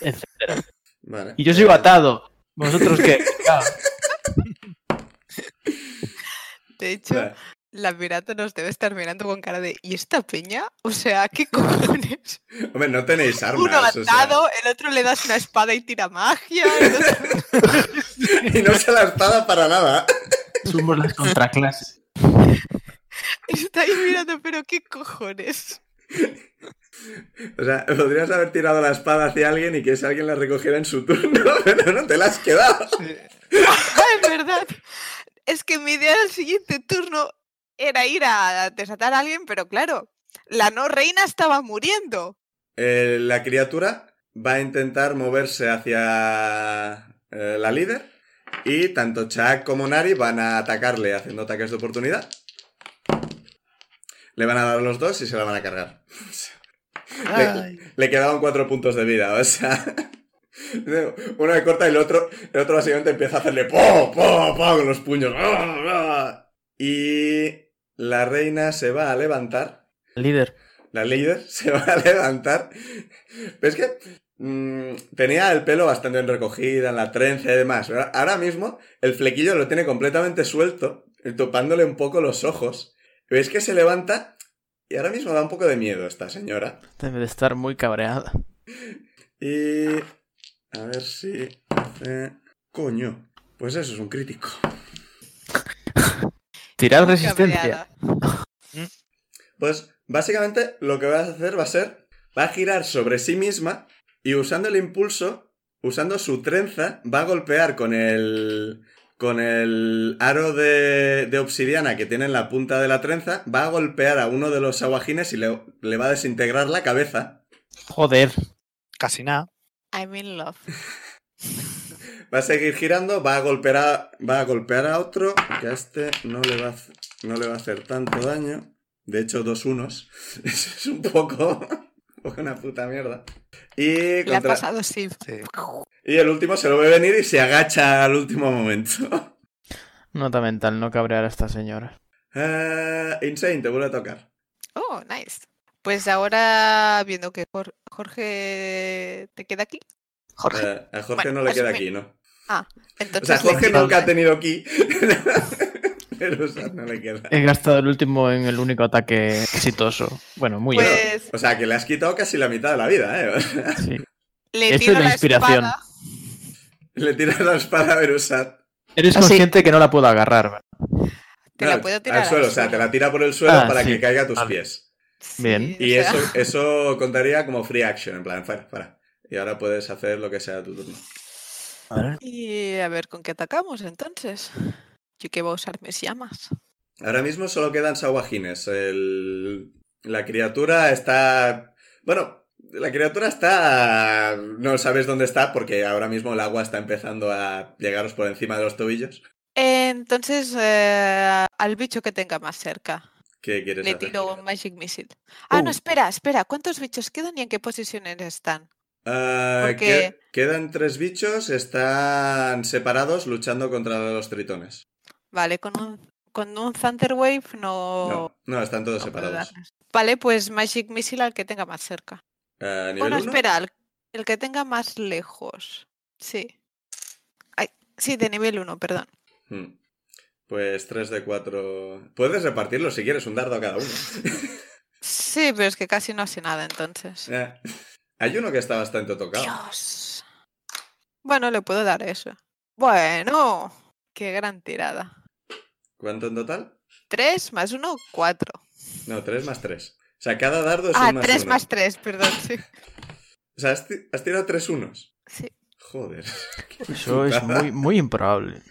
Etcétera.
Vale.
Y yo sigo
Eh,
atado. ¿Vosotros qué? Claro.
De hecho,
vale.
la pirata nos debe estar mirando con cara de ¿y esta peña? O sea, ¿qué cojones?
Hombre, no tenéis armas.
Uno
o sea,
atado, el otro le das una espada y tira magia. el otro-
y no se la espada para nada.
Somos las contraclases.
Está ahí mirando, pero ¿qué cojones?
O sea, podrías haber tirado la espada hacia alguien y que ese alguien la recogiera en su turno, pero no te la has quedado.
Ah, es verdad. Es que mi idea al siguiente turno era ir a desatar a alguien, pero claro, la no reina estaba muriendo.
Eh, la criatura va a intentar moverse hacia eh, la líder y tanto Chuck como Nari van a atacarle haciendo ataques de oportunidad. Le van a dar los dos y se la van a cargar.
Ay,
Le quedaban cuatro puntos de vida, o sea... Uno le corta y el otro, el otro básicamente empieza a hacerle po, po, po con los puños. Y la reina se va a levantar
Líder.
la líder se va a levantar. Pero es que mm, tenía el pelo bastante bien recogida, en la trenza y demás. Ahora- Ahora mismo el flequillo lo tiene completamente suelto, topándole un poco los ojos. Veis que se levanta y ahora mismo da un poco de miedo esta señora.
Debe de estar muy cabreada.
Y... A ver si... hace- Coño. Pues eso es un crítico.
Tirad
Muy
resistencia.
cabreada.
Pues básicamente lo que va a hacer va a ser, va a girar sobre sí misma y usando el impulso, usando su trenza, va a golpear con el con el aro de, de obsidiana que tiene en la punta de la trenza, va a golpear a uno de los aguajines y le, le va a desintegrar la cabeza.
Joder.
Casi nada.
I'm in love.
Va a seguir girando, va a golpear a, va a, golpear a otro, que a este no le, va a, hacer- no le va a hacer tanto daño. De hecho, dos unos. Eso es un poco, un poco una puta mierda. Y,
Le ha
contra-
pasado Steve.
Sí.
y el último se lo ve venir y se agacha al último momento.
Nota mental, no cabrear a esta señora.
Eh, Insane, te vuelve a tocar.
Oh, nice. Pues ahora, viendo que Jor- Jorge te queda aquí,
Jorge.
Eh, a Jorge
Bueno,
no le queda
asume.
aquí, ¿no? O
entonces...
sea,
le
Jorge
quiero
nunca ha
dar-
tenido ki. Pero o sea, no le queda.
He gastado el último en el único ataque exitoso. Bueno, muy bien.
Pues
O sea, que le has quitado casi la mitad de la vida, ¿eh?
Sí.
le
Eso
tiro
es la
la
inspiración.
espada.
Le tiras la espada a Verusat.
Eres
Así-
consciente que no la puedo agarrar, ¿verdad?
Te
No,
la puedo tirar
al suelo, o sea, te la tira por el suelo
Ah,
para
sí.
que caiga a tus
Vale.
pies.
Bien.
Sí,
Y
o sea,
eso, eso contaría como free action, en plan, fuera, fuera. Y ahora puedes hacer lo que sea tu turno.
Y a ver con qué atacamos entonces. Yo que voy a usar mis llamas.
Ahora mismo solo quedan sauajines. El- La criatura está... Bueno, la criatura está... No sabes dónde está porque ahora mismo el agua está empezando a llegaros por encima de los tobillos.
Entonces, eh, al bicho que tenga más cerca.
¿Qué quieres
Le
hacer?
tiro un Magic Missile. Ah,
Oh.
Uh.
no, espera, espera. ¿Cuántos bichos quedan y en qué posiciones están?
Ah,
porque-
que- Quedan tres bichos, están separados luchando contra los tritones.
Vale, con un, con un Thunder Wave no,
No, no están todos
no puedo
separados.
darles. Vale, pues Magic Missile al que tenga más cerca.
Eh, nivel
Bueno,
uno.
espera, al- el que tenga más lejos. Sí. Ay, sí, de nivel 1, perdón.
Hmm. Pues 3 de 4. Puedes repartirlo si quieres, un dardo a cada uno.
Sí, pero es que casi no hace nada entonces.
Eh, Hay uno que está bastante tocado.
Dios. Bueno, le puedo dar eso. Bueno, qué gran tirada.
¿Cuánto en total?
3 más 1, 4.
No, 3 más 3. O sea, cada dardo es
Ah,
un más
3
uno.
más 3, perdón. Sí.
O sea, has, ti- has tirado 3 unos.
Sí.
Joder. qué
Eso es
putada.
muy, muy improbable.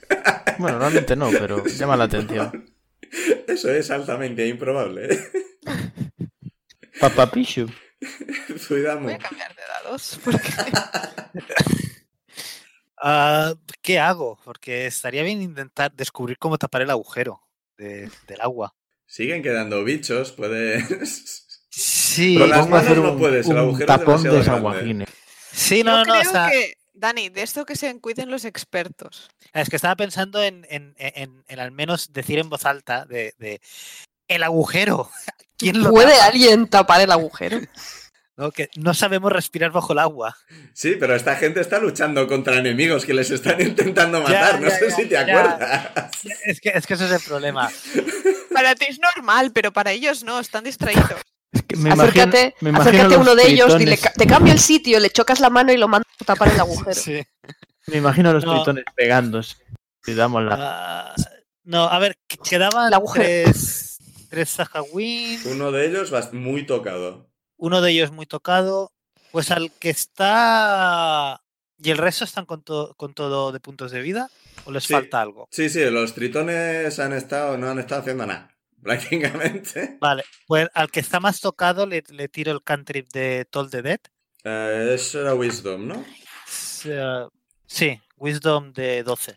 Bueno, realmente no, pero llama la atención.
Eso es altamente improbable. ¿eh?
Papá Pichu.
Voy
Cuidamos.
a cambiar de dados. Porque...
Ah, ¿Qué hago? Porque estaría bien intentar descubrir cómo tapar el agujero de- del agua.
Siguen quedando bichos, puedes...
Sí,
Con las
Pongo a hacer
manos no
un,
puedes, el
un
agujero es
tapón
demasiado
de
grande.
saguajiles.
sí,
Yo
no, no, no, o
creo
sea,
que, Dani, de esto que se cuiden los expertos.
es que estaba pensando en, en- en- en al menos decir en voz alta de, de, el agujero. ¿Quién lo
¿Puede
tapa?".
alguien tapar el agujero?
¿no? Que no sabemos respirar bajo el agua.
Sí, pero esta gente está luchando contra enemigos que les están intentando
Ya,
matar. no
ya,
sé
ya,
si te
ya.
acuerdas.
Es que, es que ese es el problema.
Para ti es normal, pero para ellos no, están distraídos.
Es que me
acércate
imagino- me imagino
acércate a
los
uno de ellos, dile,
tritones-
"Ca- te cambio el sitio, le chocas la mano y lo mandas a tapar el agujero.
Sí.
Me imagino a los
No.
tritones pegándose. Y damos la...
Ah, no, a ver, que- quedaban
El agujero.
tres, tres Sahagwin,
Uno de ellos va muy tocado.
uno de ellos muy tocado. Pues al que está. ¿Y el resto están con, to- con todo de puntos de vida? ¿O les
Sí.
falta algo?
Sí, sí, los tritones han estado, no han estado haciendo nada, prácticamente.
Vale, pues al que está más tocado le, le tiro el cantrip de Toll the Dead.
Eh, eso era Wisdom, ¿no?
S- eh, Sí, Wisdom de 12.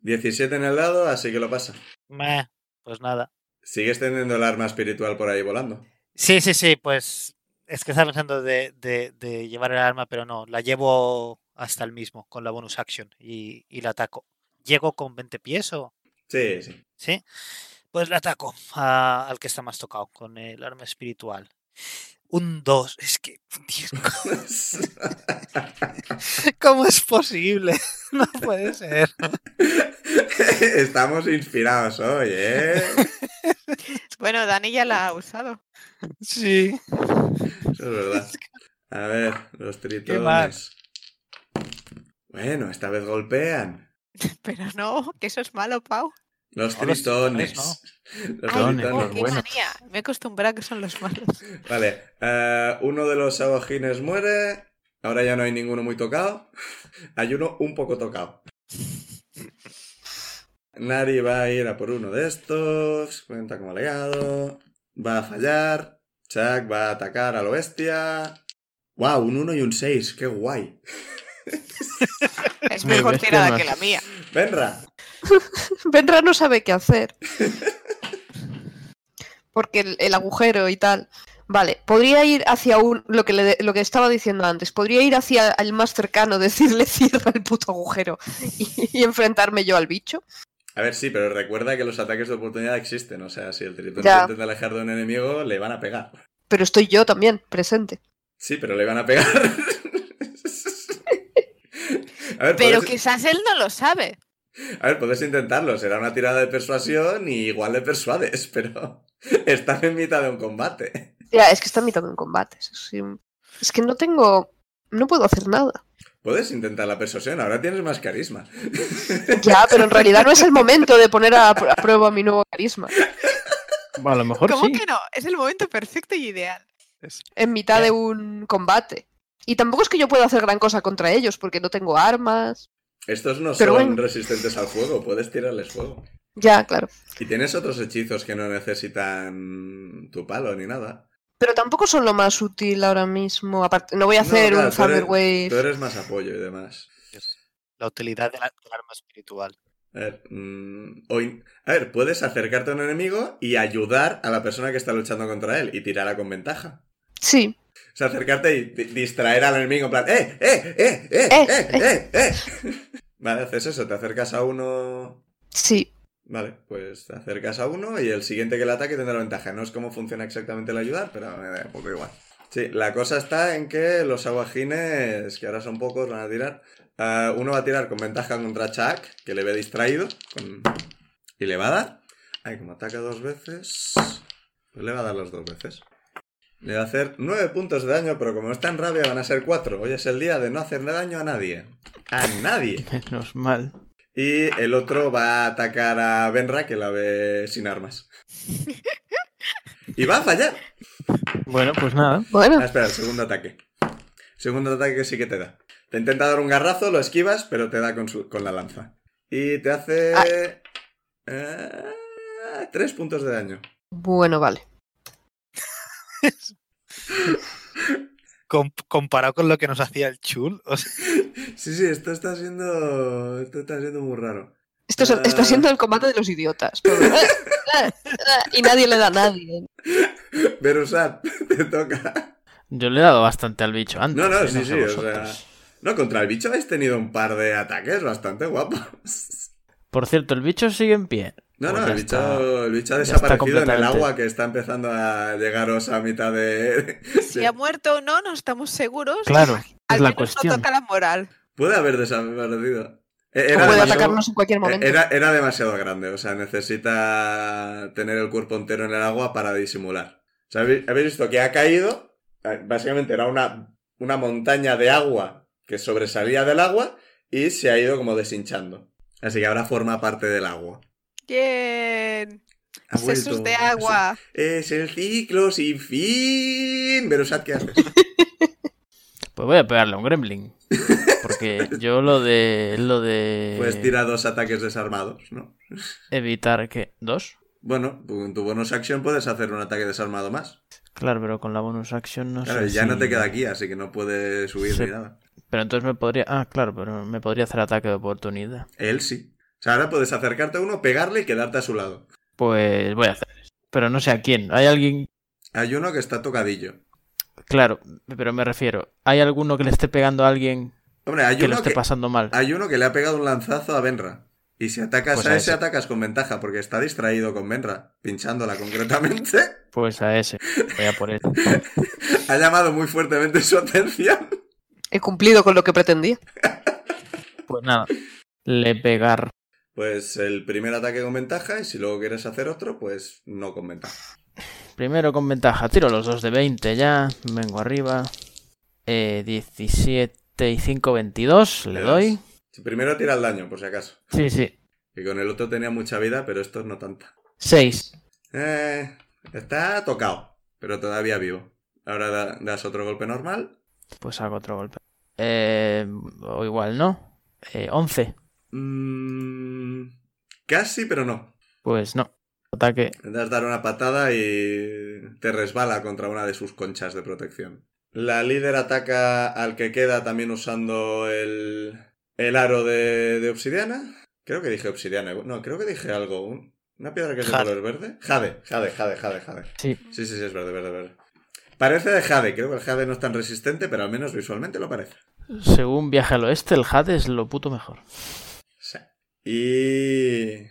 17 en el lado, así que lo pasa.
Meh, pues nada.
Sigues teniendo el arma espiritual por ahí volando.
Sí, sí, sí, pues es que estaba pensando de, de- de llevar el arma, pero no, la llevo hasta el mismo con la bonus action y, y la ataco. ¿Llego con 20 pies o...?
Sí, sí.
¿Sí? Pues la ataco a- al que está más tocado con el arma espiritual. Un 2, es que... Dios, ¿Cómo es posible? No puede ser.
Estamos inspirados hoy, ¿eh?
Bueno, Dani ya la ha usado.
Sí.
Eso es verdad. A ver, los
mal.
tritones. Bueno, esta vez golpean.
Pero no, que eso es malo, Pau.
Los
No, los
tritones.
tritones,
Los
Ay, Dani,
tritones.
Oh,
no,
qué
bueno.
manía. Me he acostumbrado a que son los malos.
Vale, eh, uno de los abajines muere. Ahora ya no hay ninguno muy tocado. Hay uno un poco tocado. Nari va a ir a por uno de estos. Cuenta como legado. Va a fallar. Chuck va a atacar a lo bestia. ¡Wow! Un 1 y un 6. ¡Qué guay!
Es
Me
mejor
ves
tirada
más.
que la mía.
¡Venra!
Benra no sabe qué hacer. Porque el, el agujero y tal. Vale, podría ir hacia un, lo, que le de- lo que estaba diciendo antes. Podría ir hacia el más cercano, decirle cierra el puto agujero y, y enfrentarme yo al bicho.
A ver, sí, pero recuerda que los ataques de oportunidad existen. O sea, si el tritón
Ya.
se intenta alejar de un enemigo, le van a pegar.
Pero estoy yo también, presente.
Sí, pero le van a pegar. A ver,
Pero
podés-
quizás él no lo sabe.
A ver, puedes intentarlo, será una tirada de persuasión y igual le persuades, pero están en mitad de un combate.
Ya, es que está en mitad de un combate. eso sí. Es que no tengo. No puedo hacer nada.
Puedes intentar la persuasión, ahora tienes más carisma.
Ya, pero en realidad no es el momento de poner a, pr- a prueba mi nuevo carisma.
A lo mejor
¿Cómo
sí.
que no? Es el momento perfecto y ideal.
en mitad
Ya.
de un combate. Y tampoco es que yo pueda hacer gran cosa contra ellos, porque no tengo armas.
Estos no
Pero
son
bueno.
resistentes al fuego, puedes tirarles fuego.
Ya, claro.
Y tienes otros hechizos que no necesitan tu palo ni nada.
Pero tampoco son lo más útil ahora mismo. Aparte, no voy a
No,
hacer
claro,
un
tú eres-
Thunder Wave.
Tú eres más apoyo y demás.
La utilidad de la- del arma espiritual.
A ver, mm, o in- a ver, puedes acercarte a un enemigo y ayudar a la persona que está luchando contra él y tirará con ventaja.
Sí.
O sea, acercarte y di- distraer al enemigo en plan, ¡eh, eh, eh, eh, eh,
Eh,
eh, eh! Vale, haces eso, te acercas a uno...
Sí.
Vale, pues te acercas a uno y el siguiente que le ataque tendrá ventaja. No es cómo funciona exactamente el ayudar, pero me da un poco igual. Sí, la cosa está en que los aguajines, que ahora son pocos, van a tirar. Ah, uno va a tirar con ventaja contra Chuck, que le ve distraído, con- y le va a dar. Ay, como ataca dos veces, pues le va a dar las dos veces. Le va a hacer nueve puntos de daño, pero como está en rabia van a ser cuatro. Hoy es el día de no hacerle daño a nadie. A nadie.
Menos mal.
Y el otro va a atacar a Benra, que la ve sin armas. Y va a fallar.
Bueno, pues nada.
Ah,
Bueno,
espera, el segundo ataque. Segundo ataque que sí que te da. Te intenta dar un garrazo, lo esquivas, pero te da con, su- con la lanza. Y te hace... eh, tres puntos de daño.
bueno, vale.
Com- comparado con lo que nos hacía el chul, o sea,
Sí, sí, esto está siendo... Esto está siendo muy raro.
Esto es-
Ah.
está siendo el combate de los idiotas. pero- Y nadie le da a nadie.
Verusat, te toca.
Yo le he dado bastante al bicho antes.
No, no,
eh,
sí,
sé
sí, o
vosotros.
sea, No, contra el bicho habéis tenido un par de ataques bastante guapos.
Por cierto, el bicho sigue en pie.
No,
Pues
no,
ya
el bicho,
está.
el bicho ha
Ya está
desaparecido en el
completamente.
agua que está empezando a llegaros a mitad de...
Si ha muerto o no, no estamos seguros.
Claro,
Al
es la
menos
cuestión.
No toca la moral.
Puede haber desaparecido. Eh,
O
Era
puede
demasiado-
atacarnos en cualquier
eh,
momento.
era, era demasiado grande, o sea, necesita tener el cuerpo entero en el agua para disimular. O sea, habéis habéis visto que ha caído, eh, básicamente era una, una montaña de agua que sobresalía del agua y se ha ido como deshinchando. Así que ahora forma parte del agua.
Bien.
Ha
Jesús
vuelto.
de agua.
Es el ciclo sin fin. Verusat, ¿qué haces?
Pues voy a pegarle a un gremlin. Porque yo lo de. Lo de.
Pues tira dos ataques desarmados, ¿no?
Evitar que. ¿Dos?
Bueno, con tu bonus action puedes hacer un ataque desarmado más.
Claro, pero con la bonus action no
Claro,
sé.
ya
si-
no te queda aquí, así que no puedes subir
Sí.
ni nada.
Pero entonces me podría. Ah, claro, pero me podría hacer ataque de oportunidad.
Él sí. O sea, ahora puedes acercarte a uno, pegarle y quedarte a su lado.
Pues voy a hacer. eso. Pero no sé a quién. Hay alguien.
Hay uno que está tocadillo.
Claro, pero me refiero. ¿Hay alguno que le esté pegando a alguien
Hombre, hay
que lo
uno
esté
que,
pasando mal?
hay uno que le ha pegado un lanzazo a Benra. Y si atacas
Pues
a
a
ese,
ese.
atacas con ventaja, porque está distraído con Benra, pinchándola concretamente.
Pues a ese. Voy a por él.
ha llamado muy fuertemente su atención.
He cumplido con lo que pretendía.
Pues nada. Le pegar.
Pues el primer ataque con ventaja, y si luego quieres hacer otro, pues no con ventaja.
Primero con ventaja. Tiro los dos de 20 ya. Vengo arriba. Eh, 17 y 5, 22. Le
Le
doy.
Si Primero tira el daño, por si acaso.
Sí, sí.
Que con el otro tenía mucha vida, pero estos no tanta.
6.
Eh, está tocado, pero todavía vivo. Ahora da- das otro golpe normal.
Pues hago otro golpe. Eh, o igual, ¿no? Eh, 11.
Mm, casi, pero no.
Pues no. Ataque.
Das dar una patada y te resbala contra una de sus conchas de protección. La líder ataca al que queda también usando el, el aro de, de obsidiana. Creo que dije obsidiana. No, creo que dije algo. un- una piedra que es de
Jade.
color verde. Jade, jade, jade, jade, jade.
Sí.
Sí, sí, sí, es verde, verde, verde. Parece de jade. Creo que el jade no es tan resistente, pero al menos visualmente lo parece.
Según viaje al oeste, el Jade es lo puto mejor.
Sí. Y...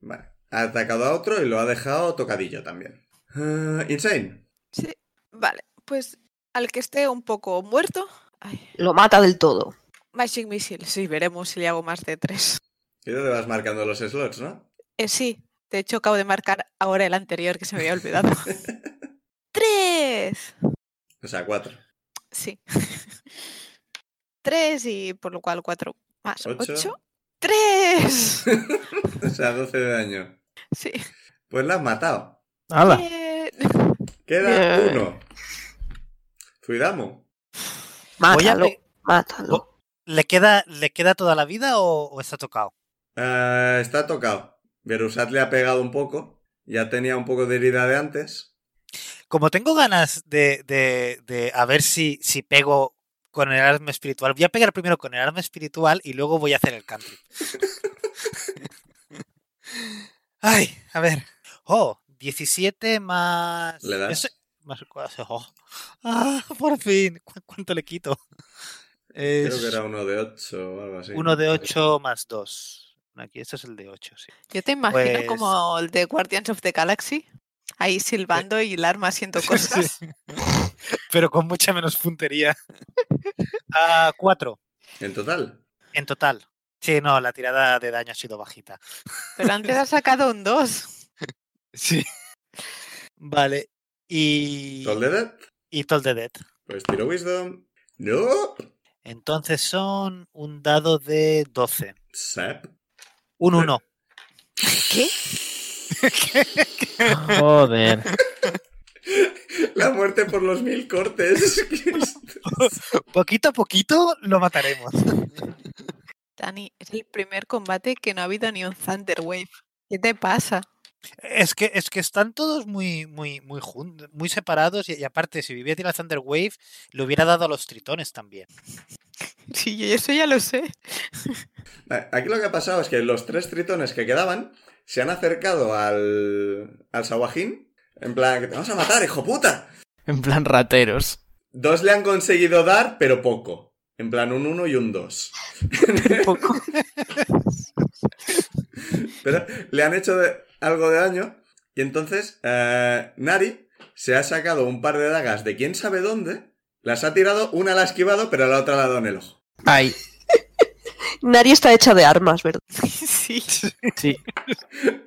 Vale. Ha atacado a otro y lo ha dejado tocadillo también. Ah, insane.
Sí. Vale, pues al que esté un poco muerto. Ay,
Lo mata del todo.
Magic Missile. Sí, veremos si le hago más de tres.
Y tú te vas marcando los slots, ¿no?
Eh, sí, de hecho acabo de marcar ahora el anterior que se me había olvidado. ¡Tres!
O sea, cuatro.
Sí. Tres y por lo cual cuatro más
Ocho.
ocho. ¡Tres!
O sea, 12 de daño.
Sí.
Pues la has matado.
¡Hala!
Bien.
Queda
Bien.
uno. Cuidamos.
Voy a
Mátalo,
pe-
Oh.
mátalo.
¿Le queda, ¿Le queda toda la vida o, o está tocado?
Ah, está tocado. Verusat le ha pegado un poco. Ya tenía un poco de herida de antes.
Como tengo ganas de, de- de a ver si, si pego con el arma espiritual, voy a pegar primero con el arma espiritual y luego voy a hacer el cantrip. Ay, a ver. Oh, 17 más.
¿Le das?
eso- más oh. Ah, por fin. ¿Cu- ¿Cuánto le quito? Es
Creo que era uno de ocho o algo así.
uno de 8 más 2. Aquí, este es el de 8, sí.
Yo te imagino
Pues-
como el de Guardians of the Galaxy, ahí silbando y el arma haciendo cosas.
Sí. Pero con mucha menos puntería. A Ah, cuatro,
En total.
en total. Sí, no, la tirada de daño ha sido bajita.
Pero antes ha sacado un 2.
Sí. Vale. Y.
¿Toll de death?
Y Toll the Dead.
Pues tiro Wisdom. ¡No!
Entonces son un dado de 12.
Sep.
Un 1.
¿Qué?
Joder.
La muerte por los mil cortes.
Poquito a poquito lo mataremos.
Dani, es el primer combate que no ha habido ni un Thunder Wave. ¿Qué te pasa?
Es que, es que están todos muy, muy, muy juntos, muy separados. Y, y aparte, si viviera la Thunder Wave, le hubiera dado a los tritones también.
Sí, yo eso ya lo sé.
Aquí lo que ha pasado es que los tres tritones que quedaban se han acercado al, al, al Sawajín. En plan, que te vamos a matar, hijo puta.
En plan rateros.
Dos le han conseguido dar, pero poco. En plan, un 1 y un 2.
Poco.
Pero le han hecho de- algo de daño. Y entonces eh, Nari se ha sacado un par de dagas de quién sabe dónde. Las ha tirado, una la ha esquivado, pero la otra la ha dado en el ojo.
Ay,
Nadie está hecha de armas, ¿verdad?
Sí.
Sí.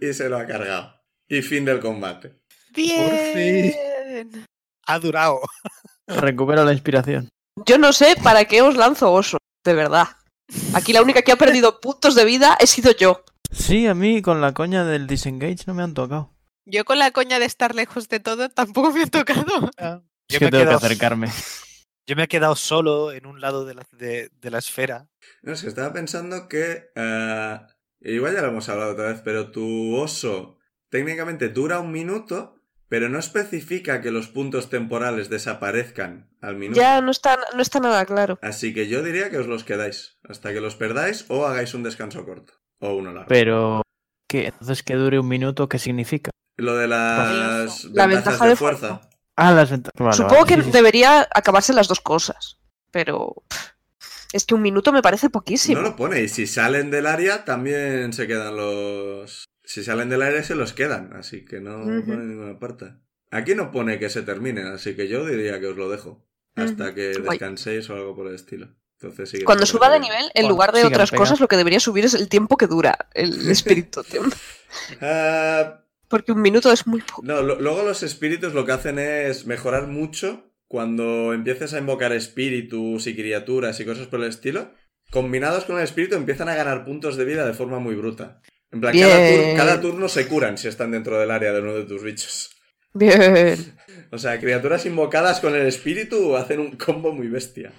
Y se lo ha cargado. Y fin del combate.
Bien.
Ha durado.
Recupero la inspiración.
Yo no sé para qué os lanzo oso, de verdad. Aquí la única que ha perdido puntos de vida he sido yo.
Sí, a mí con la coña del disengage no me han tocado.
Yo con la coña de estar lejos de todo tampoco me ha tocado.
Es
Yo
que
me,
tengo
he
que
quedado,
acercarme.
yo me he quedado solo en un lado de la, de- de la esfera.
No sé, estaba pensando que... eh, igual ya lo hemos hablado otra vez, pero tu oso técnicamente dura un minuto, pero no especifica que los puntos temporales desaparezcan al minuto.
Ya no está, no está nada claro.
Así que yo diría que os los quedáis hasta que los perdáis o hagáis un descanso corto o uno largo.
Pero. ¿Qué? Entonces que dure un minuto, ¿qué significa?
Lo de las
La
ventajas
ventaja
de,
de
fuerza.
fuerza.
Ah, las ventajas. Vale,
Supongo
vale,
que
sí, sí, sí.
debería acabarse las dos cosas, pero pff, es que un minuto me parece poquísimo.
No lo pone. Y si salen del área, también se quedan los. Si salen del área, se los quedan. Así que no
Ujú.
pone ninguna parte. Aquí no pone que se terminen, así que yo diría que os lo dejo. Hasta
Ujú.
que
Guay.
descanséis o algo por el estilo. Entonces, sí que
Cuando
me
suba de
parece bien.
nivel, en
Bueno,
lugar de
sigan
otras
pegando.
cosas, lo que debería subir es el tiempo que dura el espíritu. tío.
Ah,
Porque un minuto es muy poco.
No, lo- luego los espíritus lo que hacen es mejorar mucho cuando empieces a invocar espíritus y criaturas y cosas por el estilo. Combinados con el espíritu empiezan a ganar puntos de vida de forma muy bruta. En plan, cada, tur-
Bien.
cada turno se curan si están dentro del área de uno de tus bichos.
Bien.
O sea, criaturas invocadas con el espíritu hacen un combo muy bestia.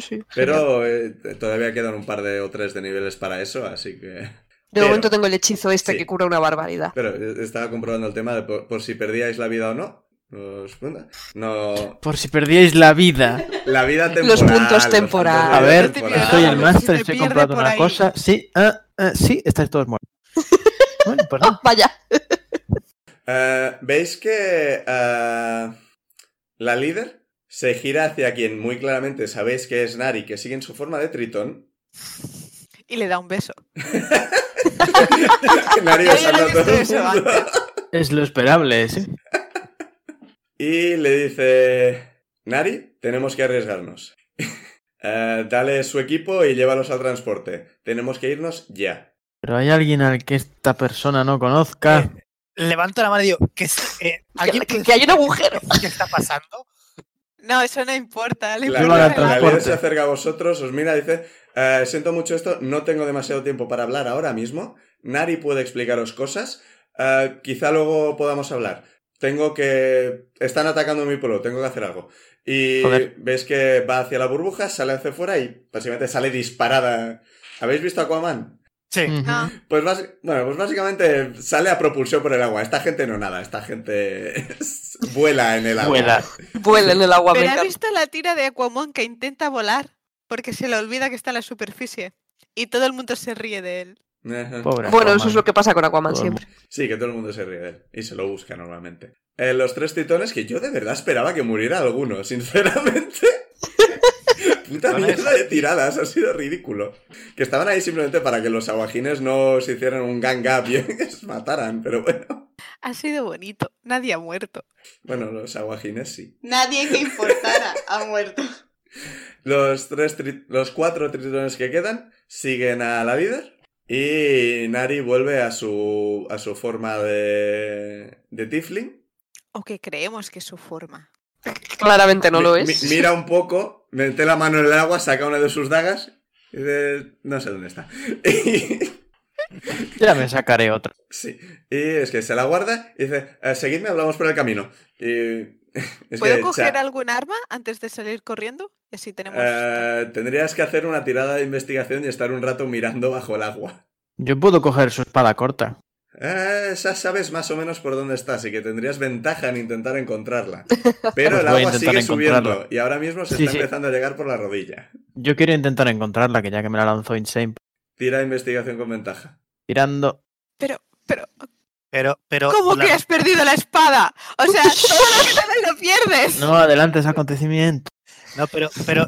sí.
Pero eh, todavía quedan un par de o tres de niveles para eso, así que...
De
pero-
momento tengo el hechizo este
sí.
que cura una barbaridad.
Pero eh, estaba comprobando el tema de por, por si perdíais la vida o no. Os- No,
por si perdíais la vida.
La vida temporal.
Los puntos
los puntos de Eh,
temporales.
A
vida
ver,
temporales.
Estoy
Ah,
el
si
máster,
se
estoy
pierde
comprando
por
una
ahí.
cosa. Sí, ah, ah, sí, estáis todos muertos. Bueno, pues nada.
Vaya.
Eh, Veis que eh, la líder se gira hacia quien muy claramente sabéis que es Nari, que sigue en su forma de tritón.
Y le da un beso.
Nari
Yo ya
besando
lo
a
he
todo el
visto eso
mundo.
Es lo esperable, sí.
Y le dice: Nari, tenemos que arriesgarnos. Eh, dale su equipo y llévalos al transporte. Tenemos que irnos ya.
Pero hay alguien al que esta persona no conozca.
Levanto la mano y digo, ¿qué, es- eh,
Que,
¿alguien
que-
puede
que hay un
decirme
agujero.
¿Qué está pasando?
No, eso no importa. le
La,
Yo lo
importa
haga
la-
el
la
transporte.
líder se acerca a vosotros, os mira y dice, "Eh, siento mucho esto, no tengo demasiado tiempo para hablar ahora mismo, Nari puede explicaros cosas, eh, quizá luego podamos hablar. Tengo que... Están atacando mi pueblo, tengo que hacer algo. Y
Joder.
ves que va hacia la burbuja, sale hacia fuera y básicamente sale disparada. ¿Habéis visto Aquaman?
Sí.
Ujú.
No.
Pues, basi- bueno, pues básicamente sale a propulsión por el agua. Esta gente no nada, esta gente vuela en el agua.
Vuela.
Vuela en el agua. me
Pero ha
encanta.
visto la tira de Aquaman que intenta volar porque se le olvida que está en la superficie. Y todo el mundo se ríe de él.
Ajá.
Pobre
Bueno, eso
Aquaman.
es lo que pasa con Aquaman
Todo el
siempre.
Sí, que todo el mundo se ríe de él. Y se lo busca normalmente. Eh, los tres titones que yo de verdad esperaba que muriera alguno, sinceramente. Puta
Bueno,
mierda de tiradas, ha sido ridículo. Que estaban ahí simplemente para que los aguajines no se hicieran un gang up y os mataran, pero bueno.
Ha sido bonito. Nadie ha muerto.
Bueno, los aguajines sí.
Nadie que importara ha muerto.
Los, tres tri- los cuatro tritones que quedan siguen a la líder. Y Nari vuelve a su, a su forma de, de Tifling.
O que creemos que es su forma.
Claramente no
Mi-
lo
mi-
es.
mira un poco, mete la mano en el agua, saca una de sus dagas y dice, no sé dónde está. Y,
Ya me sacaré otra.
sí, y es que se la guarda y dice, "Eh, seguidme, hablamos por el camino. Y, es
¿Puedo
que,
coger
cha-
algún arma antes de salir corriendo? Y así tenemos.
eh, tendrías que hacer una tirada de investigación y estar un rato mirando bajo el agua.
Yo puedo coger su espada corta.
Eh, esa sabes más o menos por dónde está, así que tendrías ventaja en intentar encontrarla. Pero
Pues
el
voy a
agua
intentar
sigue subiendo
encontrarla.
y ahora mismo se
Sí,
está
sí.
empezando a llegar por la rodilla.
Yo quiero intentar encontrarla, que ya que me la lanzó Insane. pues,
Tira investigación con ventaja.
Tirando.
Pero, pero,
Pero, pero.
¿Cómo
la-
que has perdido la espada? O sea, todo lo que te dan lo pierdes.
No adelantes acontecimiento.
No, pero, pero.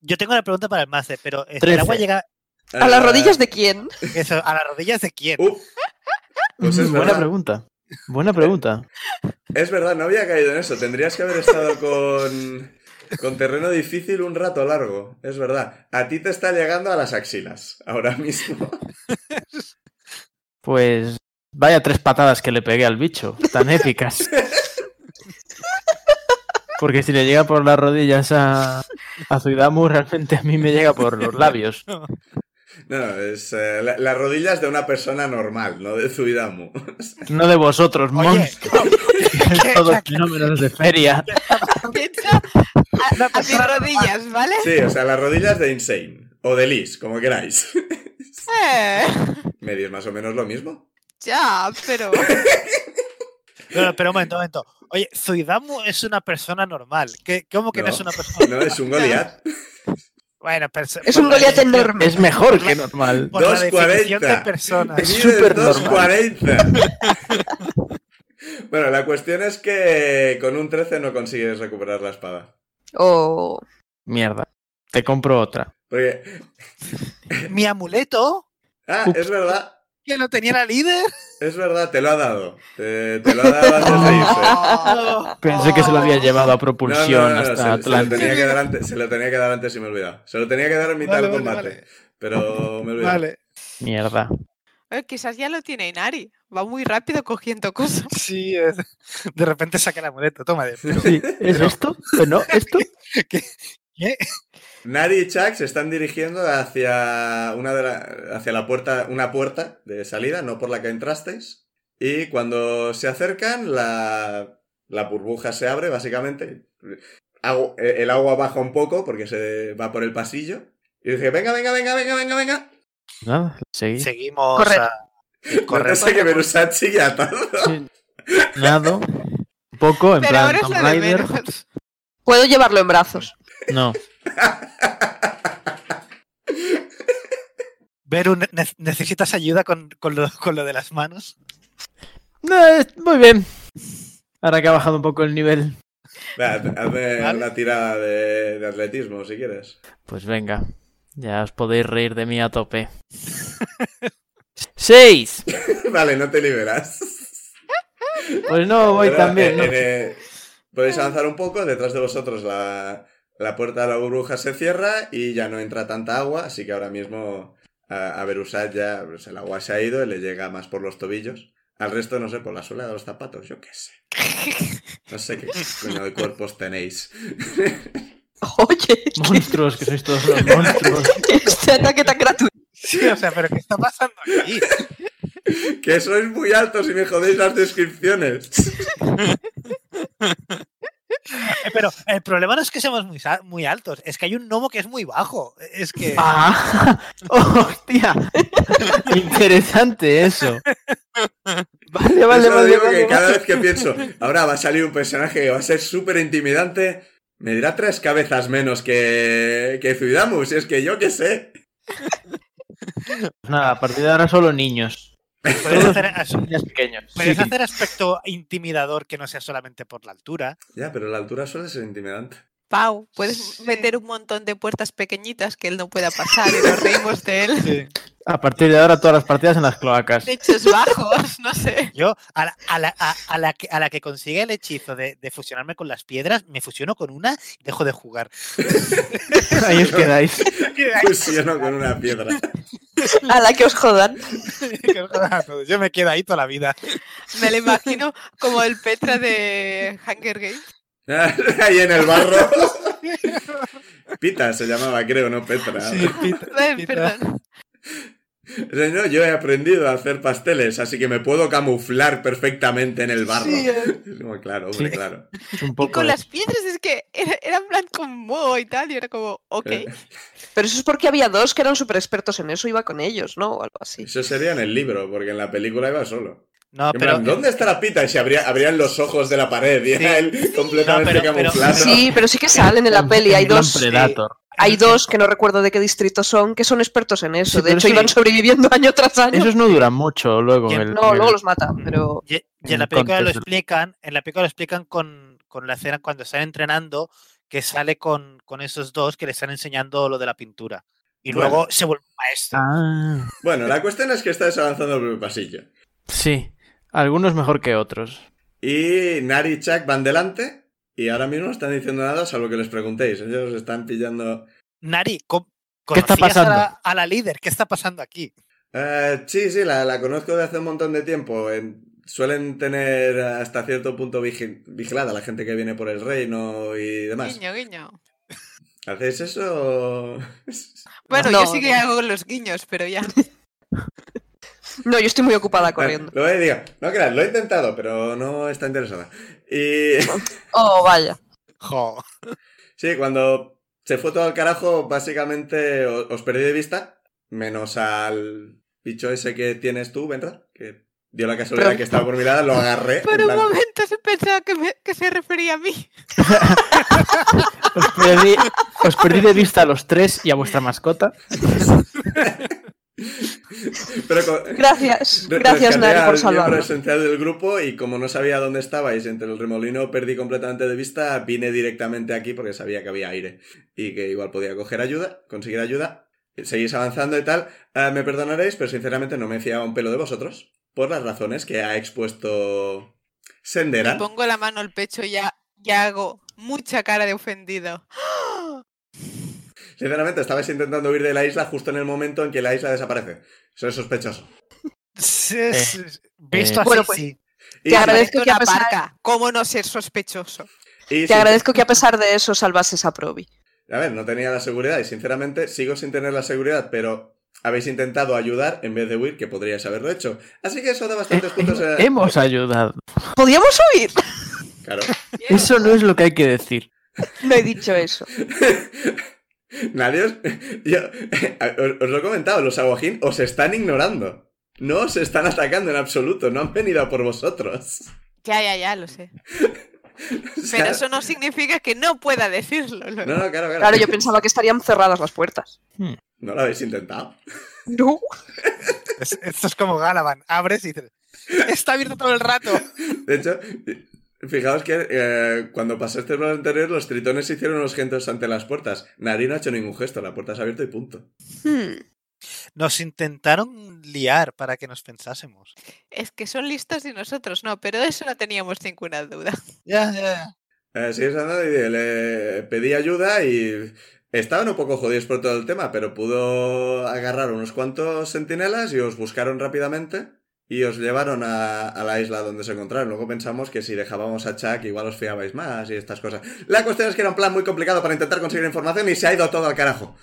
Yo tengo la pregunta para el máster, pero eh, el agua
Trece.
llega
¿A
Eh,
las rodillas de quién?
eso, a las rodillas de quién?
Uh, Pues es
Mm, Buena
verdad.
pregunta. Buena pregunta.
es verdad, no había caído en eso. Tendrías que haber estado con, con terreno difícil un rato largo. Es verdad. A ti te está llegando a las axilas ahora mismo.
Pues vaya tres patadas que le pegué al bicho, tan épicas. Porque si le llega por las rodillas a, a Zuidamu, realmente a mí me llega por los labios.
No, no, es eh, la- las rodillas de una persona normal, no de Zuidamu.
No de vosotros,
Oye,
monstruos. que sois Todos fenómenos de feria.
Pincha a, a mis rodillas, ¿vale?
Sí, o sea, las rodillas de Insane. O de Liz, como queráis.
Eh,
Medio es más o menos lo mismo.
ya, pero.
Pues
Pero, pero un momento, un momento. Oye, Zuidamu es una persona normal. ¿Qué, ¿Cómo que no,
No.
es una persona
No, es un Goliath.
Bueno, perso-
Es
por
un
la
Goliath
definición-
enorme.
Es mejor que normal.
Por la
2,40.
definición de persona.
Es
Mide
súper
2,40. bueno, la cuestión es que con un 13 no consigues recuperar la espada.
O
Mierda. Te compro otra.
Porque.
Mi amuleto,
Ah, es verdad.
que no tenía la líder.
Es verdad, te lo ha dado. Te, te lo ha dado antes de irse.
Pensé que se lo había llevado a
No,
propulsión
no, no, no,
hasta
se, se lo
Atlántico.
tenía que dar antes, se lo tenía que dar antes y me he olvidado. Se lo tenía que dar en mitad
Vale,
del
vale,
combate. Pero me he olvidado.
Vale.
Mierda.
Eh, quizás ya lo tiene Inari. Va muy rápido cogiendo cosas.
Sí, es- de repente saca el amuleto. Toma, de-
Sí, ¿Es esto? ¿Pero no? ¿Esto?
Nari y Chuck se están dirigiendo hacia una de la, hacia la puerta, una puerta de salida, no por la que entrasteis. Y cuando se acercan, la, la burbuja se abre, básicamente. Agu- eh, el agua baja un poco porque se va por el pasillo. Y dice, venga, venga, venga, venga, venga, venga.
Nada, seguí.
seguimos.
Corre.
a- Corre.
Parece que Verusatchi ya atado.
Sí. Nado. Un poco, en
Pero
plan
ahora es
Tomb
lo de
Raider.
menos.
puedo llevarlo en brazos.
No.
Veru, ne- ne- ¿necesitas ayuda con, con lo, con lo de las manos?
No, es- muy bien. Ahora que ha bajado un poco el nivel.
Va, hazme
Vale.
una tirada de, de atletismo, si quieres.
Pues venga. Ya os podéis reír de mí a tope. ¡Seis!
vale, no te liberas.
Pues no, voy
Pero,
también.
eh,
¿no?
eh, podéis avanzar un poco, detrás de vosotros la, la puerta de la burbuja se cierra y ya no entra tanta agua, así que ahora mismo a, a Berusat ya pues, el agua se ha ido y le llega más por los tobillos. Al resto, no sé, por la suela de los zapatos, yo qué sé. No sé qué coño de cuerpos tenéis.
Oye,
eh.
Monstruos, que sois todos los monstruos.
este ataque tan gratuito.
Sí, o sea, ¿pero qué está pasando aquí?
Que sois muy altos y me jodéis las descripciones.
Eh, Pero el problema no es que seamos muy, sa- muy altos, es que hay un gnomo que es muy bajo. Es que.
¡Ah! ¡Hostia! Interesante eso. Vale, vale,
Eso lo
vale.
digo que
vale,
cada
vale.
vez que pienso, ahora va a salir un personaje que va a ser súper intimidante, me dirá tres cabezas menos que, que Zuidamu, si es que yo qué sé.
Nada, a partir de ahora solo niños.
Puedes hacer, as-
Niños pequeños.
puedes
Sí.
hacer aspecto intimidador que no sea solamente por la altura.
Ya, pero la altura suele ser intimidante.
Pau, puedes meter un montón de puertas pequeñitas que él no pueda pasar y nos reímos de él.
A partir de ahora todas las partidas en las cloacas.
Techos bajos, no sé.
Yo, a la, a la- a- a la que, a la que consigue el hechizo de, de fusionarme con las piedras, me fusiono con una y dejo de jugar.
Ahí os quedáis.
Fusiono con una piedra.
A la que os jodan.
Yo me quedo ahí toda la vida.
Me lo imagino como el Petra de Hunger Games.
Ahí en el barro. Pita se llamaba, creo, no Petra.
Ay, perdón.
O sea, no, yo he aprendido a hacer pasteles, así que me puedo camuflar perfectamente en el barro. Como, claro, hombre,
Sí.
claro.
Es un
Y
poco
con las piedras es que era, era en plan con moho y tal, y era como, ok.
Eh,
Pero eso es porque había dos que eran súper expertos en eso, iba con ellos, ¿no? O algo así.
Eso sería en el libro, porque en la película iba solo. En
No, Ah, pero.
plan, ¿Dónde está la pita? Y se abría- abrían los ojos de la pared y
Sí.
era él completamente
No, pero- pero-
camuflado.
Sí, pero sí que salen en la peli, hay
en plan
dos.
Predator.
Hay dos que no recuerdo de qué distrito son, que son expertos en
Sí,
eso. de
pero
hecho,
sí.
iban sobreviviendo año tras año.
Esos no duran mucho luego.
Bien,
el-
No,
el-
luego los mata, pero
Mm. Y, y en
en
Mm,
la película lo
contexto.
explican, en la película lo explican con, con la escena cuando están entrenando, que sale con, con esos dos que le están enseñando lo de la pintura. Y
Bueno.
luego se vuelve maestro.
Ah,
Bueno, la cuestión es que estáis avanzando por el pasillo.
Sí, algunos mejor que otros.
Y Nari y Chuck van delante y ahora mismo no están diciendo nada, salvo que les preguntéis. Ellos están pillando.
Nari, ¿co-
¿Qué está
conocías A la,
pasando?
a la líder, ¿qué está pasando aquí?
Eh, sí, sí, la, la conozco de hace un montón de tiempo. En- suelen tener hasta cierto punto vigi- vigilada la gente que viene por el reino y demás.
Guiño, guiño.
¿Hacéis eso?
Bueno,
No,
yo sí que hago los guiños, pero ya.
no, yo estoy muy ocupada corriendo.
Lo voy a decir. No creas, lo he intentado, pero no está interesada. Y
Oh, vaya.
Jo.
sí, cuando se fue todo al carajo, básicamente o- os perdí de vista, menos al bicho ese que tienes tú, Ventra, que dio la casualidad
Pero-
que estaba por mi lado, lo agarré. en
Por un
plan-
momento se pensaba que, me- que se refería a mí.
os, perdí, os perdí de vista a los tres y a vuestra mascota.
pero con-
Gracias,
Re-
gracias
rescaté
Nari por
al miembro
salvarnos.
esencial del grupo y como no sabía dónde estabais entre el remolino, perdí completamente de vista, vine directamente aquí porque sabía que había aire y que igual podía coger ayuda, conseguir ayuda. Seguís avanzando y tal. Ah, me perdonaréis, pero sinceramente no me fiaba un pelo de vosotros por las razones que ha expuesto
Me
Sendera.
pongo la mano al pecho y ya, ya hago mucha cara de ofendido.
Sinceramente, estabais intentando huir de la isla justo en el momento en que la isla desaparece. Soy sospechoso.
Sí, sí, sí. Visto
eh.
así,
Bueno, pues,
sí.
Y,
Te agradezco
Parece
que a
una
pesar-
parca. ¿Cómo no ser sospechoso?
y
Te
sin-
agradezco que a pesar de eso salvases a Probi.
A ver, no tenía la seguridad y sinceramente sigo sin tener la seguridad, pero habéis intentado ayudar en vez de huir, que podríais haberlo hecho. Así que eso da bastantes
Eh,
puntos. a-
Eh, Hemos ayudado.
¿Podíamos huir?
Claro.
Eso no es lo que hay que decir.
No he dicho eso.
Nadie os... Yo... eh, os- os lo he comentado, los aguajín os están ignorando. No os están atacando en absoluto, no han venido a por vosotros.
Ya, ya, ya, lo sé.
O sea,
Pero eso no significa que no pueda decirlo. luego.
No, no, claro, claro.
Claro, yo pensaba que estarían cerradas las puertas.
No lo habéis intentado.
No.
Es- esto es como Galavan. Abres y dices, está abierto todo el rato.
De hecho, fijaos que eh, cuando pasó este problema anterior, los tritones hicieron unos gestos ante las puertas. Nari no ha hecho ningún gesto, la puerta se ha abierto y punto.
Hmm.
Nos intentaron liar para que nos pensásemos.
Es que son listos y nosotros no, pero de eso no teníamos ninguna duda.
Ya, ya, ya.
Eh, sigues andando y le pedí ayuda y estaban un poco jodidos por todo el tema, pero pudo agarrar unos cuantos sentinelas y os buscaron rápidamente y os llevaron a, a la isla donde se encontraron. Luego pensamos que si dejábamos a Chuck igual os fiabais más y estas cosas. La cuestión es que era un plan muy complicado para intentar conseguir información y se ha ido todo al carajo.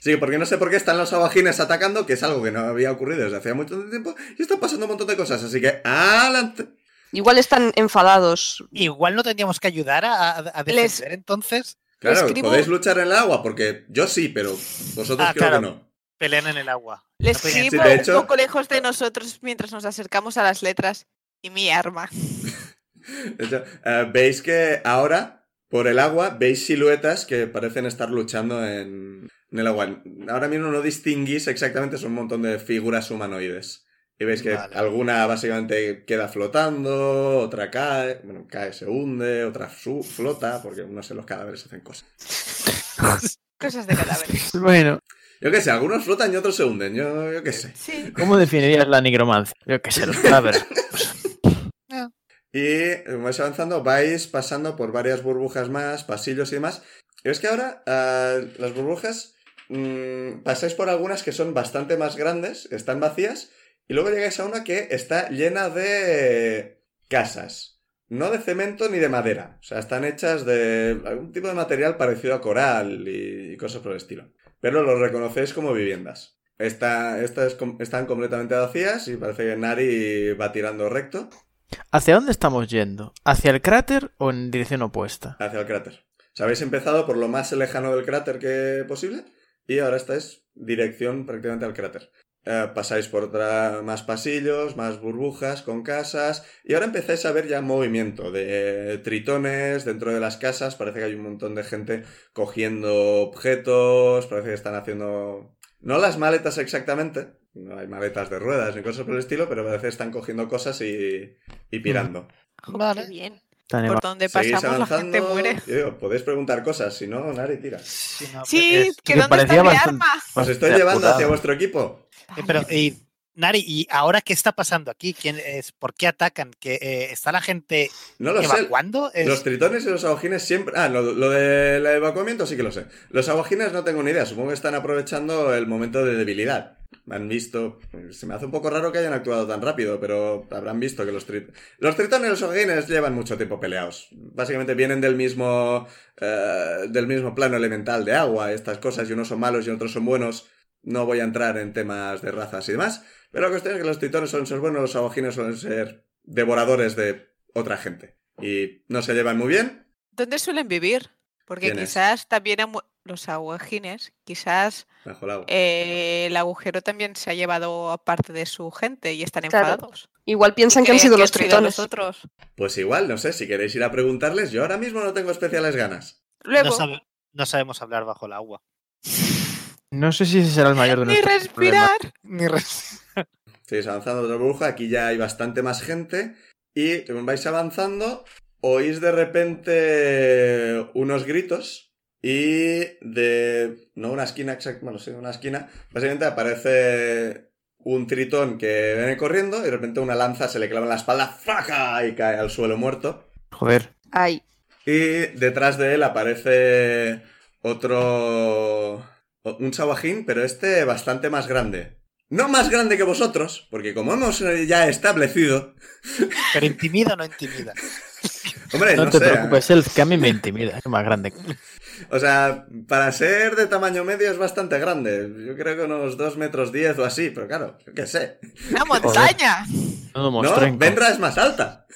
Sí, porque no sé por qué están los abajines atacando, que es algo que no había ocurrido desde hacía mucho tiempo, y están pasando un montón de cosas, así que adelante.
Igual están enfadados.
Igual no teníamos que ayudar a, a- a
Les-
defender entonces.
Claro,
Escribo-
podéis luchar en el agua, porque yo sí, pero vosotros
Ah,
creo
claro.
que no.
Pelean en el agua.
Les
No podían-
sí,
escribo
de
un
hecho-
poco lejos de nosotros mientras nos acercamos a las letras y mi arma.
De hecho, eh, veis que ahora, por el agua, veis siluetas que parecen estar luchando en, en el agua. Ahora mismo no distinguís exactamente, son un montón de figuras humanoides. Y veis que
Vale.
alguna básicamente queda flotando, otra cae, bueno, cae, se hunde, otra su- flota, porque no sé, los cadáveres hacen cosas.
Cosas de cadáveres.
Bueno,
Yo qué sé, algunos flotan y otros se hunden, yo,
Eh,
yo qué sé.
Sí.
¿cómo definirías la nigromancia? Yo qué sé, los cadáveres.
Y como vais avanzando, vais pasando por varias burbujas más, pasillos y demás. Y ves que ahora ah, las burbujas mm, pasáis por algunas que son bastante más grandes, están vacías, y luego llegáis a una que está llena de casas. No de cemento ni de madera. O sea, están hechas de algún tipo de material parecido a coral y, y cosas por el estilo. Pero los reconocéis como viviendas. Esta- estas com- están completamente vacías y parece que Nari va tirando recto.
¿Hacia dónde estamos yendo? ¿Hacia el cráter o en dirección opuesta?
hacia el cráter. O sea, habéis empezado por lo más lejano del cráter que posible y ahora esta es dirección prácticamente al cráter. Eh, pasáis por otra, más pasillos, más burbujas con casas. Y ahora empezáis a ver ya movimiento de eh, tritones dentro de las casas. Parece que hay un montón de gente cogiendo objetos. Parece que están haciendo. No las maletas exactamente. No hay maletas de ruedas ni cosas por el estilo, pero parece que están cogiendo cosas y, y pirando.
Jo, qué
Vale.
bien.
Tan
Por donde
Seguís Ah,
pasamos la gente muere.
Yo digo, podéis preguntar cosas, si no, nadie tira.
Sí, no,
pues
Sí,
es-
que
que
dónde está
parecía
mi
bastante-
arma.
Os estoy
Hostia
llevando
putada.
hacia vuestro equipo.
Eh, pero, y, Nari, ¿y ahora qué está pasando aquí? ¿Quién es? ¿Por qué atacan? ¿Que, eh, ¿Está la gente
No lo sé.
evacuando? Es-
Los tritones y los aguajines siempre. Ah, lo, lo del evacuamiento sí que lo sé. Los aguajines no tengo ni idea. Supongo que están aprovechando el momento de debilidad. Han visto. Se me hace un poco raro que hayan actuado tan rápido, pero habrán visto que los tritones. Los tritones y los aguajines llevan mucho tiempo peleados. Básicamente vienen del mismo. eh, del mismo plano elemental de agua, estas cosas, y unos son malos y otros son buenos. No voy a entrar en temas de razas y demás. Pero la cuestión es que los tritones suelen ser buenos, los aguajines suelen ser devoradores de otra gente. Y no se llevan muy bien.
¿Dónde suelen vivir? Porque
¿Quiénes?
quizás también han mu- los aguajines, quizás
Bajo el agua.
eh, el agujero también se ha llevado a parte de su gente y están
Claro.
enfadados.
Igual piensan que han
Creían
sido los
sido
tritones.
nosotros.
Pues igual, no sé, si queréis ir a preguntarles, yo ahora mismo no tengo especiales ganas.
no,
Luego,
sabe- no sabemos hablar bajo el agua.
No sé si ese será el mayor de
ni
nuestros problemas.
respirar.
Ni
Seguís avanzando otra burbuja, aquí ya hay bastante más gente. Y según vais avanzando, oís de repente unos gritos. Y de. No una esquina exacta, bueno, sí, una esquina. Básicamente aparece un tritón que viene corriendo y de repente una lanza se le clava en la espalda, ¡faca! y cae al suelo muerto.
Joder,
Ay,
Y detrás de él aparece otro... Un sabajín, pero este bastante más grande. No más grande que vosotros, porque como hemos eh, ya establecido...
Pero intimida o no intimida.
Hombre, Eh, no,
no te
sé,
preocupes, el que a mí me intimida, es más grande.
O sea, para ser de tamaño medio es bastante grande. Yo creo que unos 2 metros 10 o así, pero claro, yo qué sé.
¡Una montaña!
No lo
No,
monstruenco.
Vendra es más alta.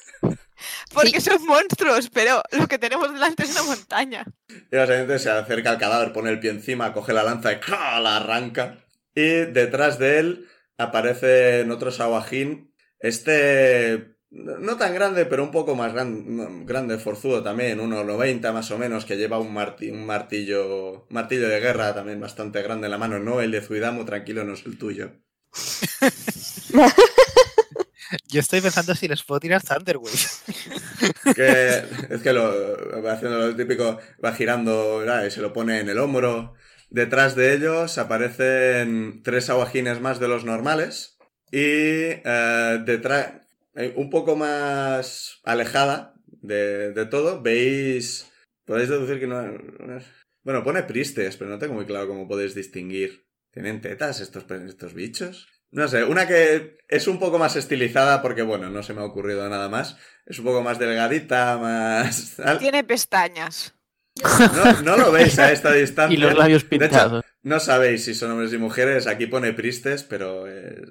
Porque son monstruos, pero lo que tenemos delante es una montaña.
Y básicamente se acerca al cadáver, pone el pie encima, coge la lanza y ¡ca! la arranca. Y detrás de él aparece en otro sabajín. Este. No no tan grande, pero un poco más gran- grande, forzudo también, 1,90 más o menos, que lleva un, marti- un martillo martillo de guerra también bastante grande en la mano. No el de Zuidamo, tranquilo, no es el tuyo.
Yo estoy pensando si les puedo tirar Thunderwave.
Que es que lo va haciendo lo típico, va girando ¿verdad? y se lo pone en el hombro. Detrás de ellos aparecen tres aguajines más de los normales. Y detrás, un poco más alejada de, de todo, veis. Podéis deducir que no. no es- Bueno, pone pristes, pero no tengo muy claro cómo podéis distinguir. ¿Tienen tetas estos, pe- estos bichos? No sé, una que es un poco más estilizada porque, bueno, no se me ha ocurrido nada más. Es un poco más delgadita, más... tal.
Tiene pestañas.
No, no lo veis a esta distancia.
Y los labios
De hecho,
pintados.
no sabéis si son hombres y mujeres. Aquí pone pristes, pero... eh,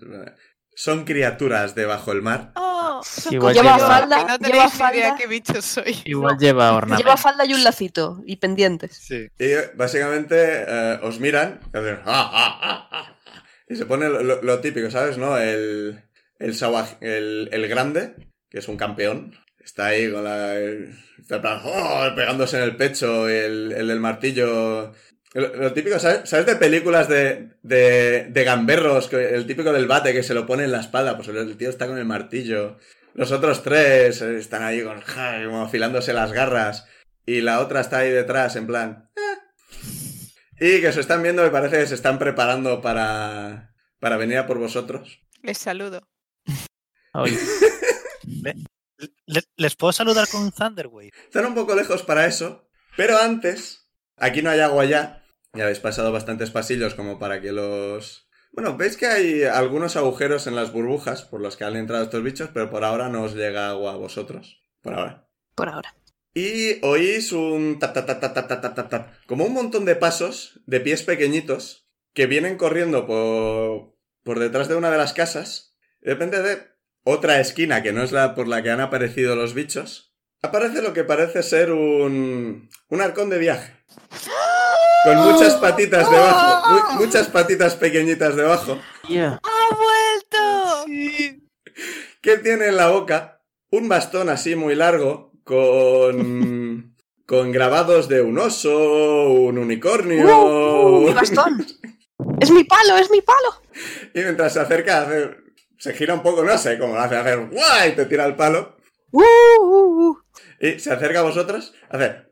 son criaturas debajo el mar.
¡Oh! son
Igual
como
lleva
yo,
falda,
que no
lleva
tenéis ni idea
falda.
qué bicho soy.
Igual lleva ornamento.
lleva falda y un lacito y pendientes.
Sí.
Y eh, básicamente eh, os miran y hacen, "Ah, ah, ah, ah, ah". Y se pone lo, lo- lo típico, ¿sabes? ¿No? El, el, sawaj- el, el grande, que es un campeón, está ahí con la... el- está en plan, "Oh", pegándose en el pecho, el, el del martillo... Lo, lo típico, ¿sabes? ¿Sabes de películas de, de, de gamberros? que El típico del bate que se lo pone en la espalda, pues el, el tío está con el martillo. Los otros tres eh, están ahí con, "Ja", como afilándose las garras. Y la otra está ahí detrás, en plan, y que se están viendo, me parece que se están preparando para, para venir a por vosotros.
Les saludo.
Oye,
Le- ¿Les puedo saludar con un Thunderwave?
Están un poco lejos para eso, pero antes, aquí no hay agua ya. Ya habéis pasado bastantes pasillos como para que los... Bueno, veis que hay algunos agujeros en las burbujas por los que han entrado estos bichos, pero por ahora no os llega agua a vosotros. Por ahora.
Por ahora.
Y oís un tap tap tap tap tap tap tap tap tap, como un montón de pasos de pies pequeñitos que vienen corriendo por, por detrás de una de las casas. Y de repente de otra esquina que no es la por la que han aparecido los bichos, aparece lo que parece ser un un arcón de viaje. Con muchas patitas debajo. mu- muchas patitas pequeñitas debajo.
Tía,
¡Ha vuelto!
que tiene en la boca un bastón así muy largo con con grabados de un oso, un unicornio.
¡Uh!
un-
¡Mi bastón! ¡Es mi palo! ¡Es mi palo!
Y mientras se acerca, hace- se gira un poco, no sé cómo lo hace, hacer guay, te tira el palo.
¡Uh! uh, uh!
Y se acerca a vosotras, hace,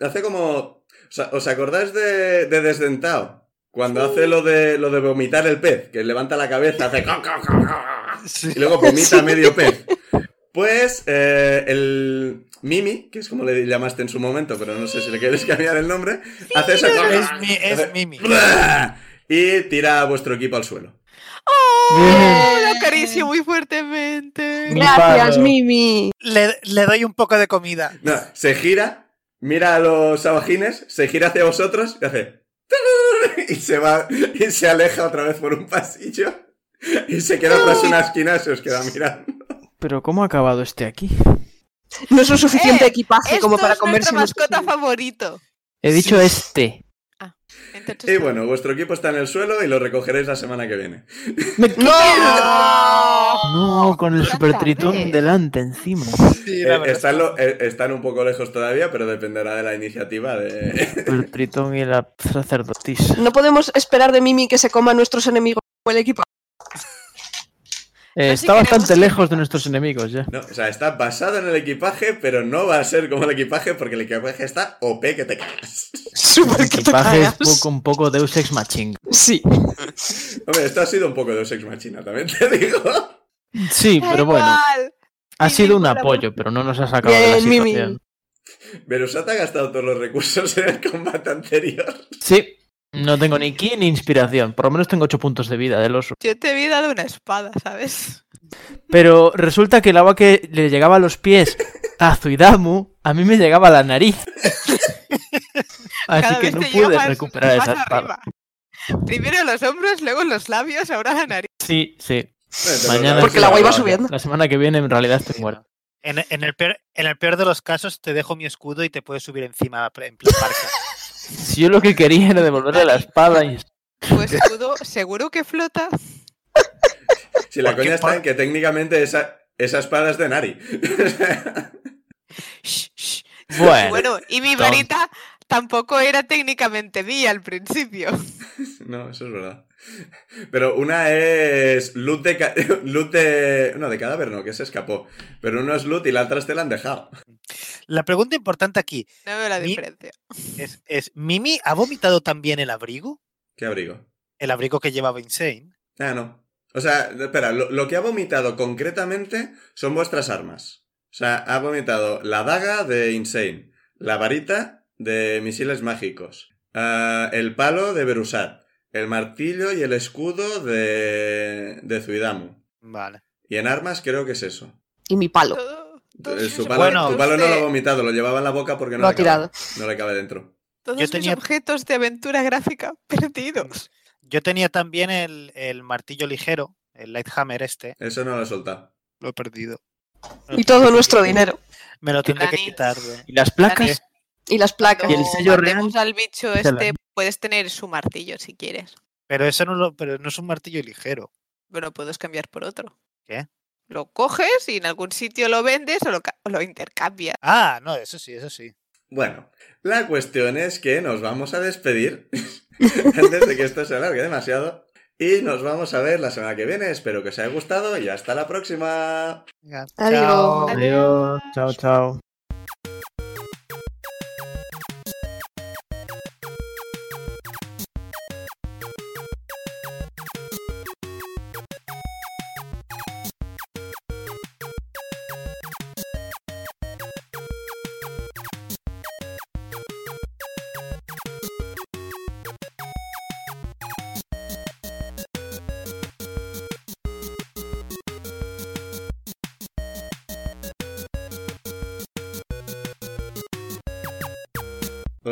hace como... o sea, ¿Os acordáis de, de Desdentado? Cuando hace lo de, lo de vomitar el pez, que levanta la cabeza, hace... "Caw, caw, caw, caw", y luego vomita medio pez. Pues eh, el Mimi, que es como le llamaste en su momento, pero no sé si le queréis cambiar el nombre, hace esa...
Es, mi- es
hace-
Mimi.
Y tira a vuestro equipo al suelo.
Eh.
¡Oh! Lo acaricio muy fuertemente.
Mi
¡Gracias,
palo.
Mimi!
Le, le doy un poco de comida.
No, se gira, mira a los abajines, se gira hacia vosotros y hace. "Tarararara", Y se va, y se aleja otra vez por un pasillo. Y se queda tras una esquina y se os queda mirando.
Pero ¿cómo ha acabado este aquí?
No es un suficiente
Eh,
equipaje como para comerse
nuestra mascota favorito.
He dicho este.
Entonces,
Y bueno, vuestro equipo está en el suelo y lo recogeréis la semana que viene.
no, con el
Ya
super tritón
sabes.
delante encima.
Sí,
Eh, están, lo- eh, están un poco lejos todavía, pero dependerá de la iniciativa de.
El tritón y la sacerdotis.
No podemos esperar de Mimi que se coma a nuestros enemigos o el equipo.
Eh,
No, si
está bastante
queremos-
lejos de nuestros enemigos ya.
No, o sea, está basado en el equipaje, pero no va a ser como el equipaje porque el equipaje está OP que te cagas.
Súper que te
Equipaje es
cagas.
poco, un poco Deus Ex Machine.
Sí.
Hombre, esto ha sido un poco de Sex Machina, también te digo.
Sí,
da
pero bueno.
igual.
Ha
Sí,
sido un
ninguna
apoyo, pero no nos ha sacado de la
Bien, Mimi.
situación.
Verusat ha gastado todos los recursos en el combate anterior.
Sí, no tengo ni ki ni inspiración. Por lo menos tengo 8 puntos de vida del oso.
Yo te había dado una espada, ¿sabes?
Pero resulta que el agua que le llegaba a los pies a Zuidamu, a mí me llegaba a la nariz.
Así
Cada
que
vez
no
te
pude
llevas
recuperar
más
esa espada.
arriba. Primero los hombros, luego los labios, ahora la nariz.
Sí, sí.
Bueno, te
Mañana.
lo
Porque la
darás
guay va
la-
subiendo.
La semana que viene en realidad estoy muerto.
En, en el peor, en el peor de los casos te dejo mi escudo y te puedes subir encima pre- en plan parca.
Si yo lo que quería era devolverle la espada y
Tu escudo Pues seguro que flota.
Si la
¿Por qué
coña está
por-
en que técnicamente esa, esa espada es de Nari.
Shh, shh.
Bueno,
Bueno, y mi
Tonto.
varita tampoco era técnicamente mía al principio.
no, eso es verdad. Pero una es loot de, ca- loot de... No, de cadáver no, que se escapó. Pero uno es loot y la otra es te la han dejado.
La pregunta importante aquí
No veo la
Mi-
diferencia.
es, es, ¿Mimi ha vomitado también el abrigo?
¿Qué abrigo?
El abrigo que llevaba Insane.
Ah, no. O sea, espera, lo, lo que ha vomitado concretamente son vuestras armas. O sea, ha vomitado la daga de Insane, la varita de misiles mágicos, ah, el palo de Berusat, el martillo y el escudo de, de Zuidamu.
Vale.
Y en armas creo que es eso.
Y mi palo.
Todo- todos
Eh,
mis
Su
objetos
palo,
Bueno.
su palo no lo ha
de-
vomitado, lo llevaba en la boca porque no,
Lo
le,
ha
cabe,
tirado.
no le cabe dentro.
Todos
Yo
mis
tenía-
objetos de aventura gráfica perdidos.
Yo tenía también el, el martillo ligero, el Lighthammer este.
Eso no lo he soltado.
Lo he perdido. Me lo
Y todo
tendré que
nuestro
quitar.
dinero.
Me lo tendré que
Dani.
quitar. de-
y las placas.
Y las placas.
Y el
Cuando
sello
matemos al bicho
se la-
este, puedes tener su martillo si quieres.
Pero eso no lo, pero no es un martillo ligero.
Pero lo puedes cambiar por otro.
¿Qué?
Lo coges y en algún sitio lo vendes o lo, ca- o lo intercambias.
Ah, no, eso sí, eso sí.
Bueno, la cuestión es que nos vamos a despedir antes de que esto se alargue demasiado. Y nos vamos a ver la semana que viene. Espero que os haya gustado y hasta la próxima.
Venga,
Adiós.
chao.
Adiós. Chao, chao.